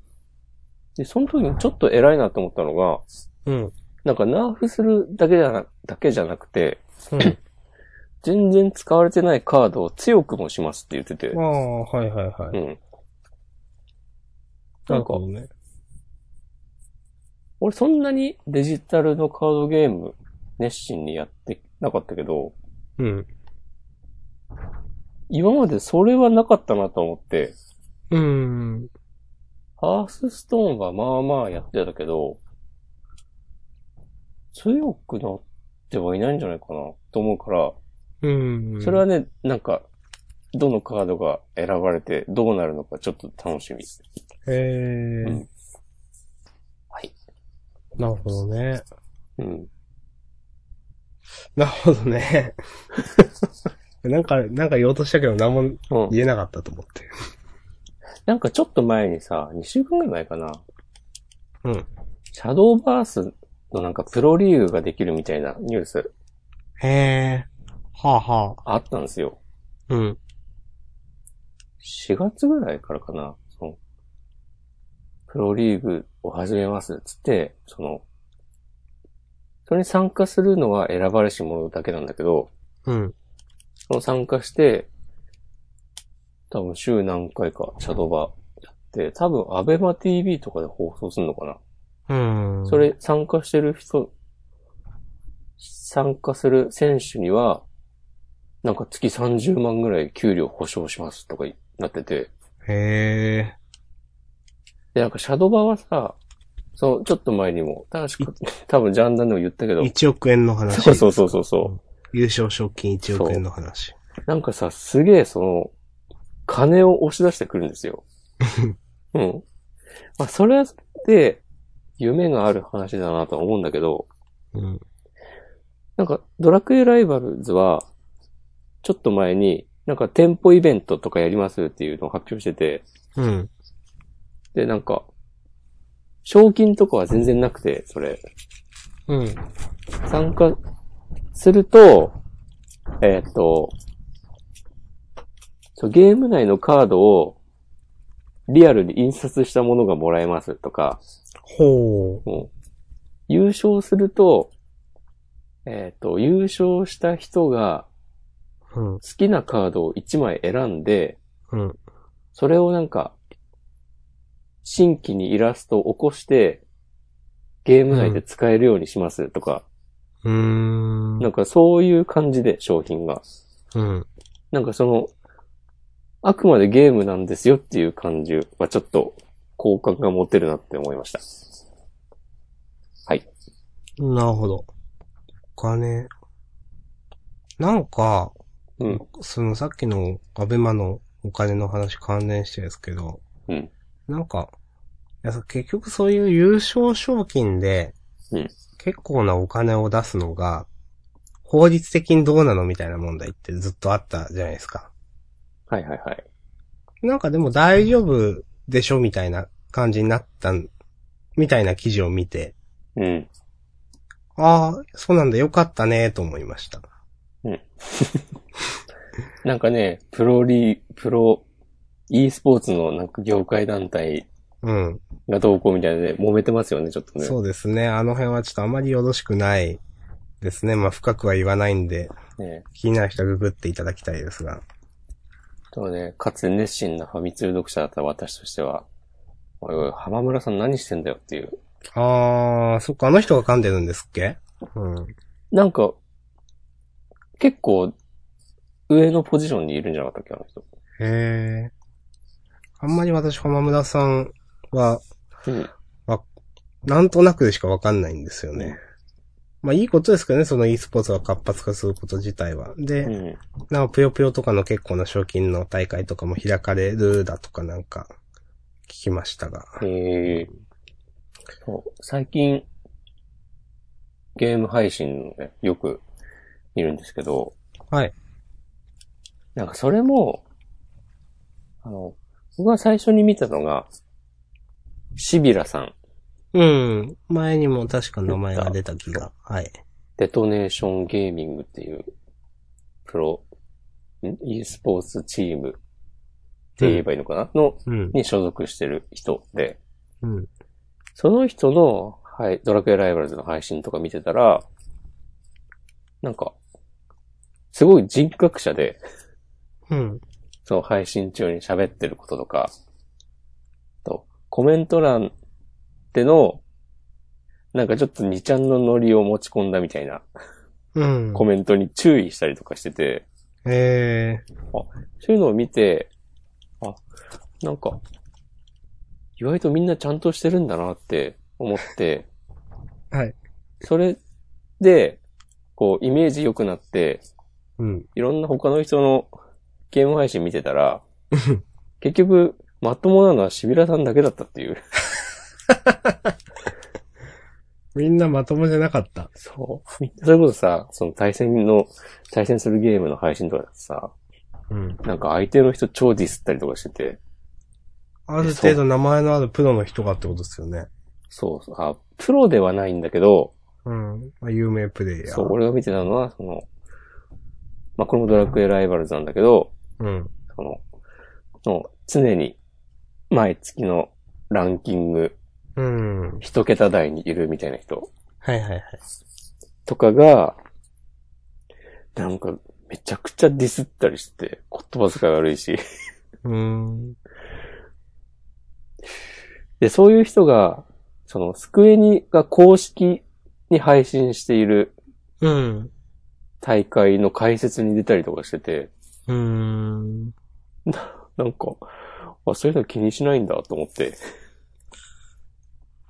[SPEAKER 2] で、その時にちょっと偉いなと思ったのが、
[SPEAKER 1] うん。
[SPEAKER 2] なんかナーフするだけじゃな、だけじゃなくて、
[SPEAKER 1] うん。
[SPEAKER 2] 全然使われてないカードを強くもしますって言ってて、
[SPEAKER 1] ああ、はいはいは
[SPEAKER 2] う
[SPEAKER 1] い。
[SPEAKER 2] ん。なんか
[SPEAKER 1] るほ、どね。
[SPEAKER 2] 俺そんなにデジタルのカードゲーム熱心にやってなかったけど、
[SPEAKER 1] うん。
[SPEAKER 2] 今までそれはなかったなと思って、
[SPEAKER 1] うん。
[SPEAKER 2] ハースストーンはまあまあやってたけど、強くなってはいないんじゃないかなと思うから、
[SPEAKER 1] うん。
[SPEAKER 2] それはね、なんか、どのカードが選ばれてどうなるのかちょっと楽しみ。
[SPEAKER 1] へえ、
[SPEAKER 2] うんはい。
[SPEAKER 1] なるほどね。
[SPEAKER 2] うん。
[SPEAKER 1] なるほどね。 なんか、なんか言おうとしたけど何も
[SPEAKER 2] うん、
[SPEAKER 1] 言えなかったと思って。
[SPEAKER 2] なんかちょっと前にさ、2週間ぐらい前かな。
[SPEAKER 1] うん。
[SPEAKER 2] シャドーバースのなんかプロリーグができるみたいなニュース
[SPEAKER 1] へえ。はあは
[SPEAKER 2] あったんですよ。
[SPEAKER 1] あ。うん。
[SPEAKER 2] 4月ぐらいからかな、その、プロリーグを始めますっつって、その、それに参加するのは選ばれし者だけなんだけど、
[SPEAKER 1] うん。
[SPEAKER 2] その参加して、多分週何回かシャドーバーやって、多分アベマ TV とかで放送するのかな。
[SPEAKER 1] うん。
[SPEAKER 2] そ。れ参加してる人、参加する選手には、なんか月30万ぐらい給料保証しますとかになってて、
[SPEAKER 1] へえ。
[SPEAKER 2] で、なんか、シャドバはさ、そう、ちょっと前にも、確か、多分ジャンダンでも言ったけど、
[SPEAKER 1] 1億円の話。
[SPEAKER 2] そうそうそうそうそ
[SPEAKER 1] 優勝賞金1億円の話。
[SPEAKER 2] う。なんかさ、すげえ、その、金を押し出してくるんですよ。うん。まあ、それはそれで、夢がある話だなとは思うんだけど、
[SPEAKER 1] うん。
[SPEAKER 2] なんか、ドラクエライバルズは、ちょっと前に、なんか店舗イベントとかやりますっていうのを発表してて、
[SPEAKER 1] うん。
[SPEAKER 2] で、なんか、賞金とかは全然なくて、それ。
[SPEAKER 1] うん。
[SPEAKER 2] 参加すると、えーっと、そうゲーム内のカードをリアルに印刷したものがもらえますとか、
[SPEAKER 1] ほう。
[SPEAKER 2] もう優勝すると、えーっと、優勝した人が
[SPEAKER 1] うん
[SPEAKER 2] 好、きなカードを1枚選んで、
[SPEAKER 1] うん、
[SPEAKER 2] それをなんか、新規にイラストを起こして、ゲーム内で使えるようにしますとか、
[SPEAKER 1] うーん、
[SPEAKER 2] なんかそういう感じで商品が。
[SPEAKER 1] うん、
[SPEAKER 2] なんかその、あくまでゲームなんですよっていう感じはちょっと好感が持てるなって思いました。
[SPEAKER 1] なるほど。お金。なんか、
[SPEAKER 2] うん。
[SPEAKER 1] そのさっきのアベマのお金の話関連してですけど、
[SPEAKER 2] うん
[SPEAKER 1] なんか、いやさ結局そういう優勝賞金で、
[SPEAKER 2] うん
[SPEAKER 1] 結構なお金を出すのが、法律的にどうなのみたいな問題ってずっとあったじゃないですか。
[SPEAKER 2] はいはいはい。
[SPEAKER 1] なんかでも大丈夫でしょみたいな感じになったん、みたいな記事を見て、
[SPEAKER 2] うん。
[SPEAKER 1] ああ、そうなんだ、よかったね、と思いました。
[SPEAKER 2] なんかね、プロリー、プロ、e スポーツのなんか業界団体
[SPEAKER 1] うん。
[SPEAKER 2] がどうこうみたいなね、揉めてますよね、ちょっとね。
[SPEAKER 1] そうですね。あの辺はちょっとあまりよろしくないですね。まあ深くは言わないんで、
[SPEAKER 2] ね
[SPEAKER 1] 気になる人はググっていただきたいですが。
[SPEAKER 2] でもね、かつて熱心なファミ通読者だった私としては、おいおい、浜村さん何してんだよっていう。
[SPEAKER 1] あー、そっか、あの人が噛んでるんですっけうん。
[SPEAKER 2] なんか、結構、上のポジションにいるんじゃなかったっけ、あの人。
[SPEAKER 1] へー。あんまり私、浜村さんは、
[SPEAKER 2] うん。
[SPEAKER 1] なんとなくでしかわかんないんですよね。まあいいことですけどね、その e スポーツが活発化すること自体は。で、
[SPEAKER 2] うん。
[SPEAKER 1] なんかぷよぷよとかの結構な賞金の大会とかも開かれるだとかなんか聞きましたが。
[SPEAKER 2] へえ。そう、最近、ゲーム配信のね、よく見るんですけど、
[SPEAKER 1] はい。
[SPEAKER 2] なんかそれも、あの、僕が最初に見たのが、シビラさん、
[SPEAKER 1] うん。前にも確か名前が出た気が。はい。
[SPEAKER 2] デトネーションゲーミングっていう、プロ、ん e スポーツチームって言えばいいのかな、の、
[SPEAKER 1] うん。
[SPEAKER 2] に所属してる人で、
[SPEAKER 1] うん。
[SPEAKER 2] その人の、はい、ドラクエライバルズの配信とか見てたら、なんか、すごい人格者で、
[SPEAKER 1] うん。
[SPEAKER 2] その配信中に喋ってることとか、と、コメント欄での、なんかちょっと2ちゃんのノリを持ち込んだみたいな
[SPEAKER 1] うん。
[SPEAKER 2] コメントに注意したりとかしてて、
[SPEAKER 1] え
[SPEAKER 2] そういうのを見て、あ、なんか、意外とみんなちゃんとしてるんだなって思って、
[SPEAKER 1] ー。はい。
[SPEAKER 2] それで、こう、イメージ良くなって、
[SPEAKER 1] うん。
[SPEAKER 2] いろんな他の人のゲーム配信見てた ら、結局、まともなのはシビラさんだけだったっていう。
[SPEAKER 1] みんなまともじゃなかった。
[SPEAKER 2] そう。それこそさ、その対戦の、対戦するゲームの配信とかだとさ、
[SPEAKER 1] うん。
[SPEAKER 2] なんか相手の人超ディスったりとかしてて、
[SPEAKER 1] ある程度名前のあるプロの人がってことですよね。
[SPEAKER 2] そう、あ、プロではないんだけど、
[SPEAKER 1] うん。まあ有名プレイヤー。
[SPEAKER 2] そう、俺が見てたのは、その、まあ、これもドラクエライバルズなんだけど、
[SPEAKER 1] うん。
[SPEAKER 2] その、の常に毎月のランキング
[SPEAKER 1] うん。はい
[SPEAKER 2] 一桁台にいるみたいな人
[SPEAKER 1] はいはい。
[SPEAKER 2] とかが、なんかめちゃくちゃディスったりして、言葉遣い悪いし。
[SPEAKER 1] うーん。
[SPEAKER 2] で、そういう人が、その、スクエニが公式に配信している
[SPEAKER 1] うん。
[SPEAKER 2] 大会の解説に出たりとかしてて、
[SPEAKER 1] うーん。
[SPEAKER 2] なんか、あそういうの気にしないんだと思って、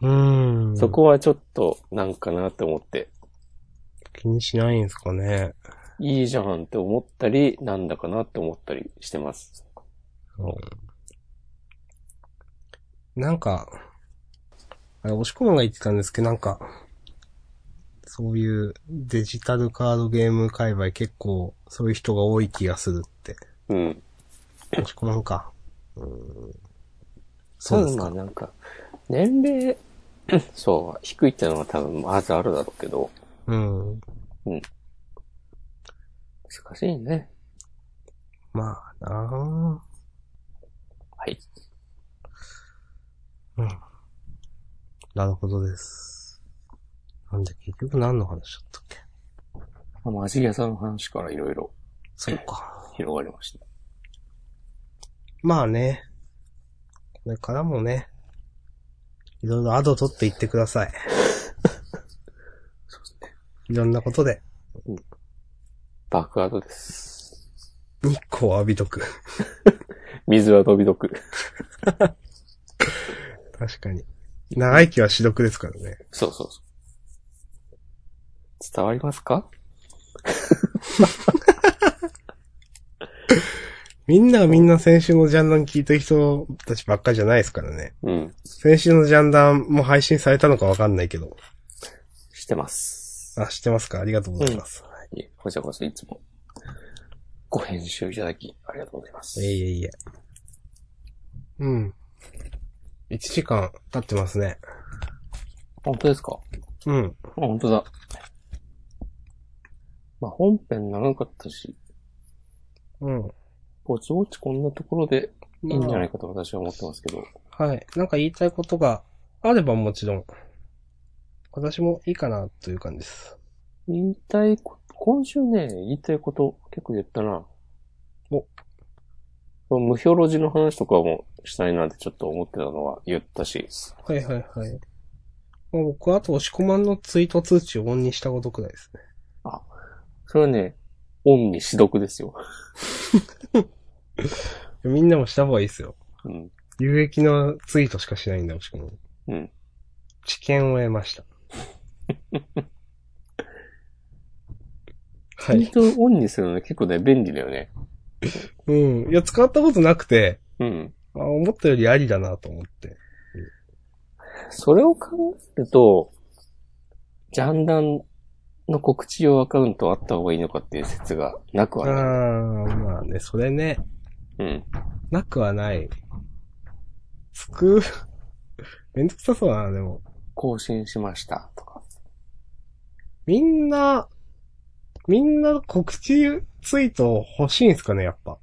[SPEAKER 1] うーん。
[SPEAKER 2] そこはちょっとなんかなって思って、
[SPEAKER 1] 気にしないんですかね。
[SPEAKER 2] いいじゃんって思ったり、なんだかなって思ったりしてます。
[SPEAKER 1] なんか、あれ、押し込むが言ってたんですけど、なんか、そういうデジタルカードゲーム界隈結構そういう人が多い気がするって。
[SPEAKER 2] うん。
[SPEAKER 1] 押し込まんか。そうですか
[SPEAKER 2] ただまあなんか、年齢、 そう、低いってのは多分まずあるだろうけど、
[SPEAKER 1] うん。
[SPEAKER 2] 難しいね。
[SPEAKER 1] まあな
[SPEAKER 2] はい。
[SPEAKER 1] あうん。なるほどです。なんで結局何の話だったっけ
[SPEAKER 2] まあマジギャさんの話からいろいろ。
[SPEAKER 1] そうか。
[SPEAKER 2] 広がりました。
[SPEAKER 1] まあね。これからもね、いろいろアド取っていってください。いろんなことで、
[SPEAKER 2] 爆発です。
[SPEAKER 1] 日光を浴びとく。
[SPEAKER 2] 水は飛び毒。
[SPEAKER 1] 確かに。長生きは死毒ですからね。
[SPEAKER 2] そうそうそう。伝わりますか
[SPEAKER 1] みんながみんな先週のジャンダン聞いてる人たちばっかりじゃないですからね。
[SPEAKER 2] うん。
[SPEAKER 1] 先週のジャンダンも配信されたのかわかんないけど。
[SPEAKER 2] してます。
[SPEAKER 1] あ、知ってますかありがとうございます。
[SPEAKER 2] いえ、こちらこそいつも、ご編集いただき、ありがとうございます。
[SPEAKER 1] いえいえいえ。うん。1時間経ってますね。
[SPEAKER 2] 本当ですか
[SPEAKER 1] うん。
[SPEAKER 2] あ、本当だ。まあ、本編長かったし、
[SPEAKER 1] うん。
[SPEAKER 2] ぼちぼちこんなところでいいんじゃないいかと私は思ってますけど。
[SPEAKER 1] はい。なんか言いたいことがあればもちろん、私もいいかなという感じです。
[SPEAKER 2] 言いたいこ今週ね、言いたいこと結構言ったな。
[SPEAKER 1] お
[SPEAKER 2] その無表ロジの話とかもしたいなってちょっと思ってたのは言ったし。
[SPEAKER 1] はいはいはい。まあ、僕はあと押し込まんのツイート通知をオンにしたことくらいですね。
[SPEAKER 2] それはね、オンに死毒ですよ。
[SPEAKER 1] みんなもした方がいいですよ。
[SPEAKER 2] うん。
[SPEAKER 1] 有益なツイートしかしないんだ、押し込まん。
[SPEAKER 2] うん。
[SPEAKER 1] 知見を得ま した。は
[SPEAKER 2] ツイ
[SPEAKER 1] い。
[SPEAKER 2] ートオンにするのね、結構ね、便利だよね。
[SPEAKER 1] うん。いや、使ったことなくて、
[SPEAKER 2] うん。
[SPEAKER 1] あ思ったよりありだなと思って。
[SPEAKER 2] それを考えると、ジャンダンの告知用アカウントあった方がいいのかっていう説がなく
[SPEAKER 1] ああ
[SPEAKER 2] はない。
[SPEAKER 1] ー、まあね、それね。
[SPEAKER 2] うん。
[SPEAKER 1] なくはない。つく、 めんどくさそうだな、でも。
[SPEAKER 2] 更新しましたとか。
[SPEAKER 1] みんな、みんな告知ツイート欲しいんすかね、やっぱ。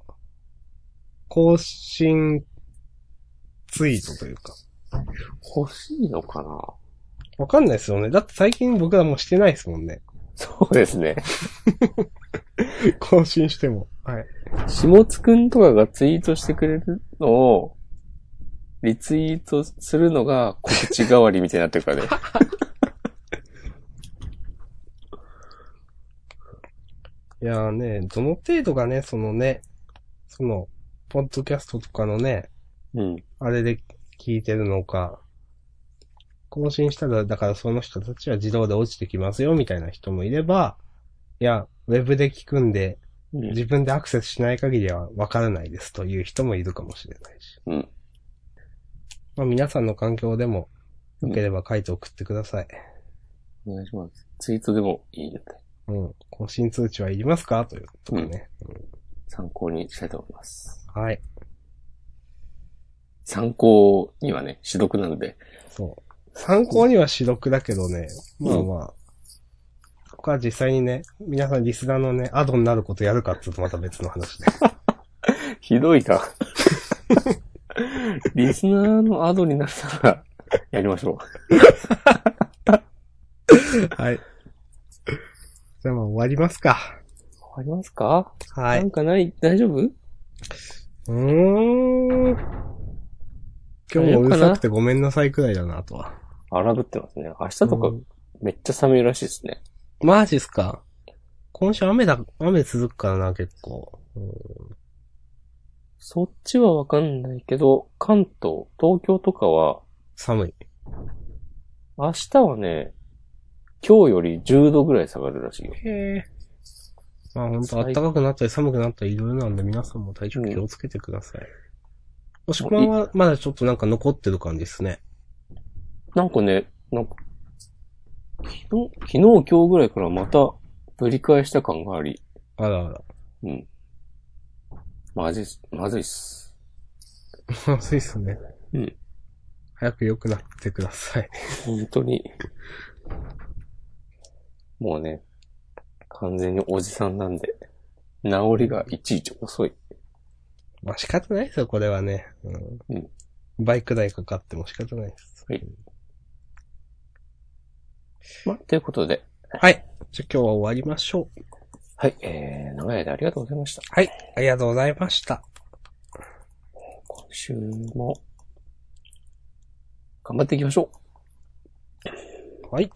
[SPEAKER 1] 更新ツイートというか。
[SPEAKER 2] 欲しいのかな
[SPEAKER 1] わかんないですよね。だって最近僕らもうしてないですもんね。
[SPEAKER 2] そうですね。
[SPEAKER 1] 更新しても。はい。
[SPEAKER 2] 下津くんとかがツイートしてくれるのを、リツイートするのが告知代わりみたいになって るからね。
[SPEAKER 1] いやーね、どの程度がね、そのね、その、ポッドキャストとかのね、
[SPEAKER 2] うん。
[SPEAKER 1] あれで聞いてるのか、更新したら、だからその人たちは自動で落ちてきますよ、みたいな人もいれば、いや、ウェブで聞くんで、自分でアクセスしない限りはわからないですという人もいるかもしれないし。
[SPEAKER 2] うん。
[SPEAKER 1] まあ皆さんの環境でも、良ければ書いて送ってください。
[SPEAKER 2] お願いします。ツイートでもいいので、
[SPEAKER 1] うん。更新通知はいりますかというとこね、
[SPEAKER 2] 参考にしたいと思います。
[SPEAKER 1] うんはい。
[SPEAKER 2] 参考にはね、私読なので。
[SPEAKER 1] そう。参考には私読だけどね、まあまあ。ここは実際にね、皆さんリスナーのね、アドになることやるかっていうとまた別の話で。
[SPEAKER 2] ひどいな。 リスナーのアドになった ら、やりまし ょ
[SPEAKER 1] はい。じゃあまあ終わりますか。
[SPEAKER 2] う。終わりますか
[SPEAKER 1] は
[SPEAKER 2] ないん。かない、大丈夫
[SPEAKER 1] うーん。今日もうるさくてごめんなさいくらいだなとは。
[SPEAKER 2] 荒ぶってますね。明日とか
[SPEAKER 1] うん
[SPEAKER 2] めっちゃ寒いらしいですね。
[SPEAKER 1] マジっすか。今週雨だ、雨続くからな、結構。うん
[SPEAKER 2] そっちはわかんないけど、関東、東京とかは、
[SPEAKER 1] 寒い。
[SPEAKER 2] 明日はね、今日より10度ぐらい下がるらしいよ。
[SPEAKER 1] へえ。まあ本当暖かくなったり寒くなったりいろいろなんで皆さんも体調気をつけてください。おしくまんはまだちょっとなんか残ってる感じですね。
[SPEAKER 2] なんかね、なんか、昨日、昨日今日ぐらいからまたぶり返した感があり、
[SPEAKER 1] あらあら。
[SPEAKER 2] うん。まずいっす、まずいっす。
[SPEAKER 1] まずいっすね。
[SPEAKER 2] うん。
[SPEAKER 1] 早く良くなってください。
[SPEAKER 2] 本当に。もうね、完全におじさんなんで、治りがいちいち遅い。
[SPEAKER 1] まあ仕方ないですよ、これはね。う
[SPEAKER 2] うん
[SPEAKER 1] ん。バイク代かかっても仕方ないです。
[SPEAKER 2] まあ、ということで、
[SPEAKER 1] はい。じゃあ今日は終わりましょう。
[SPEAKER 2] はい、えー、長い間ありがとうございました。
[SPEAKER 1] はい、ありがとうございました。
[SPEAKER 2] 今週も、頑張っていきましょう。
[SPEAKER 1] はい。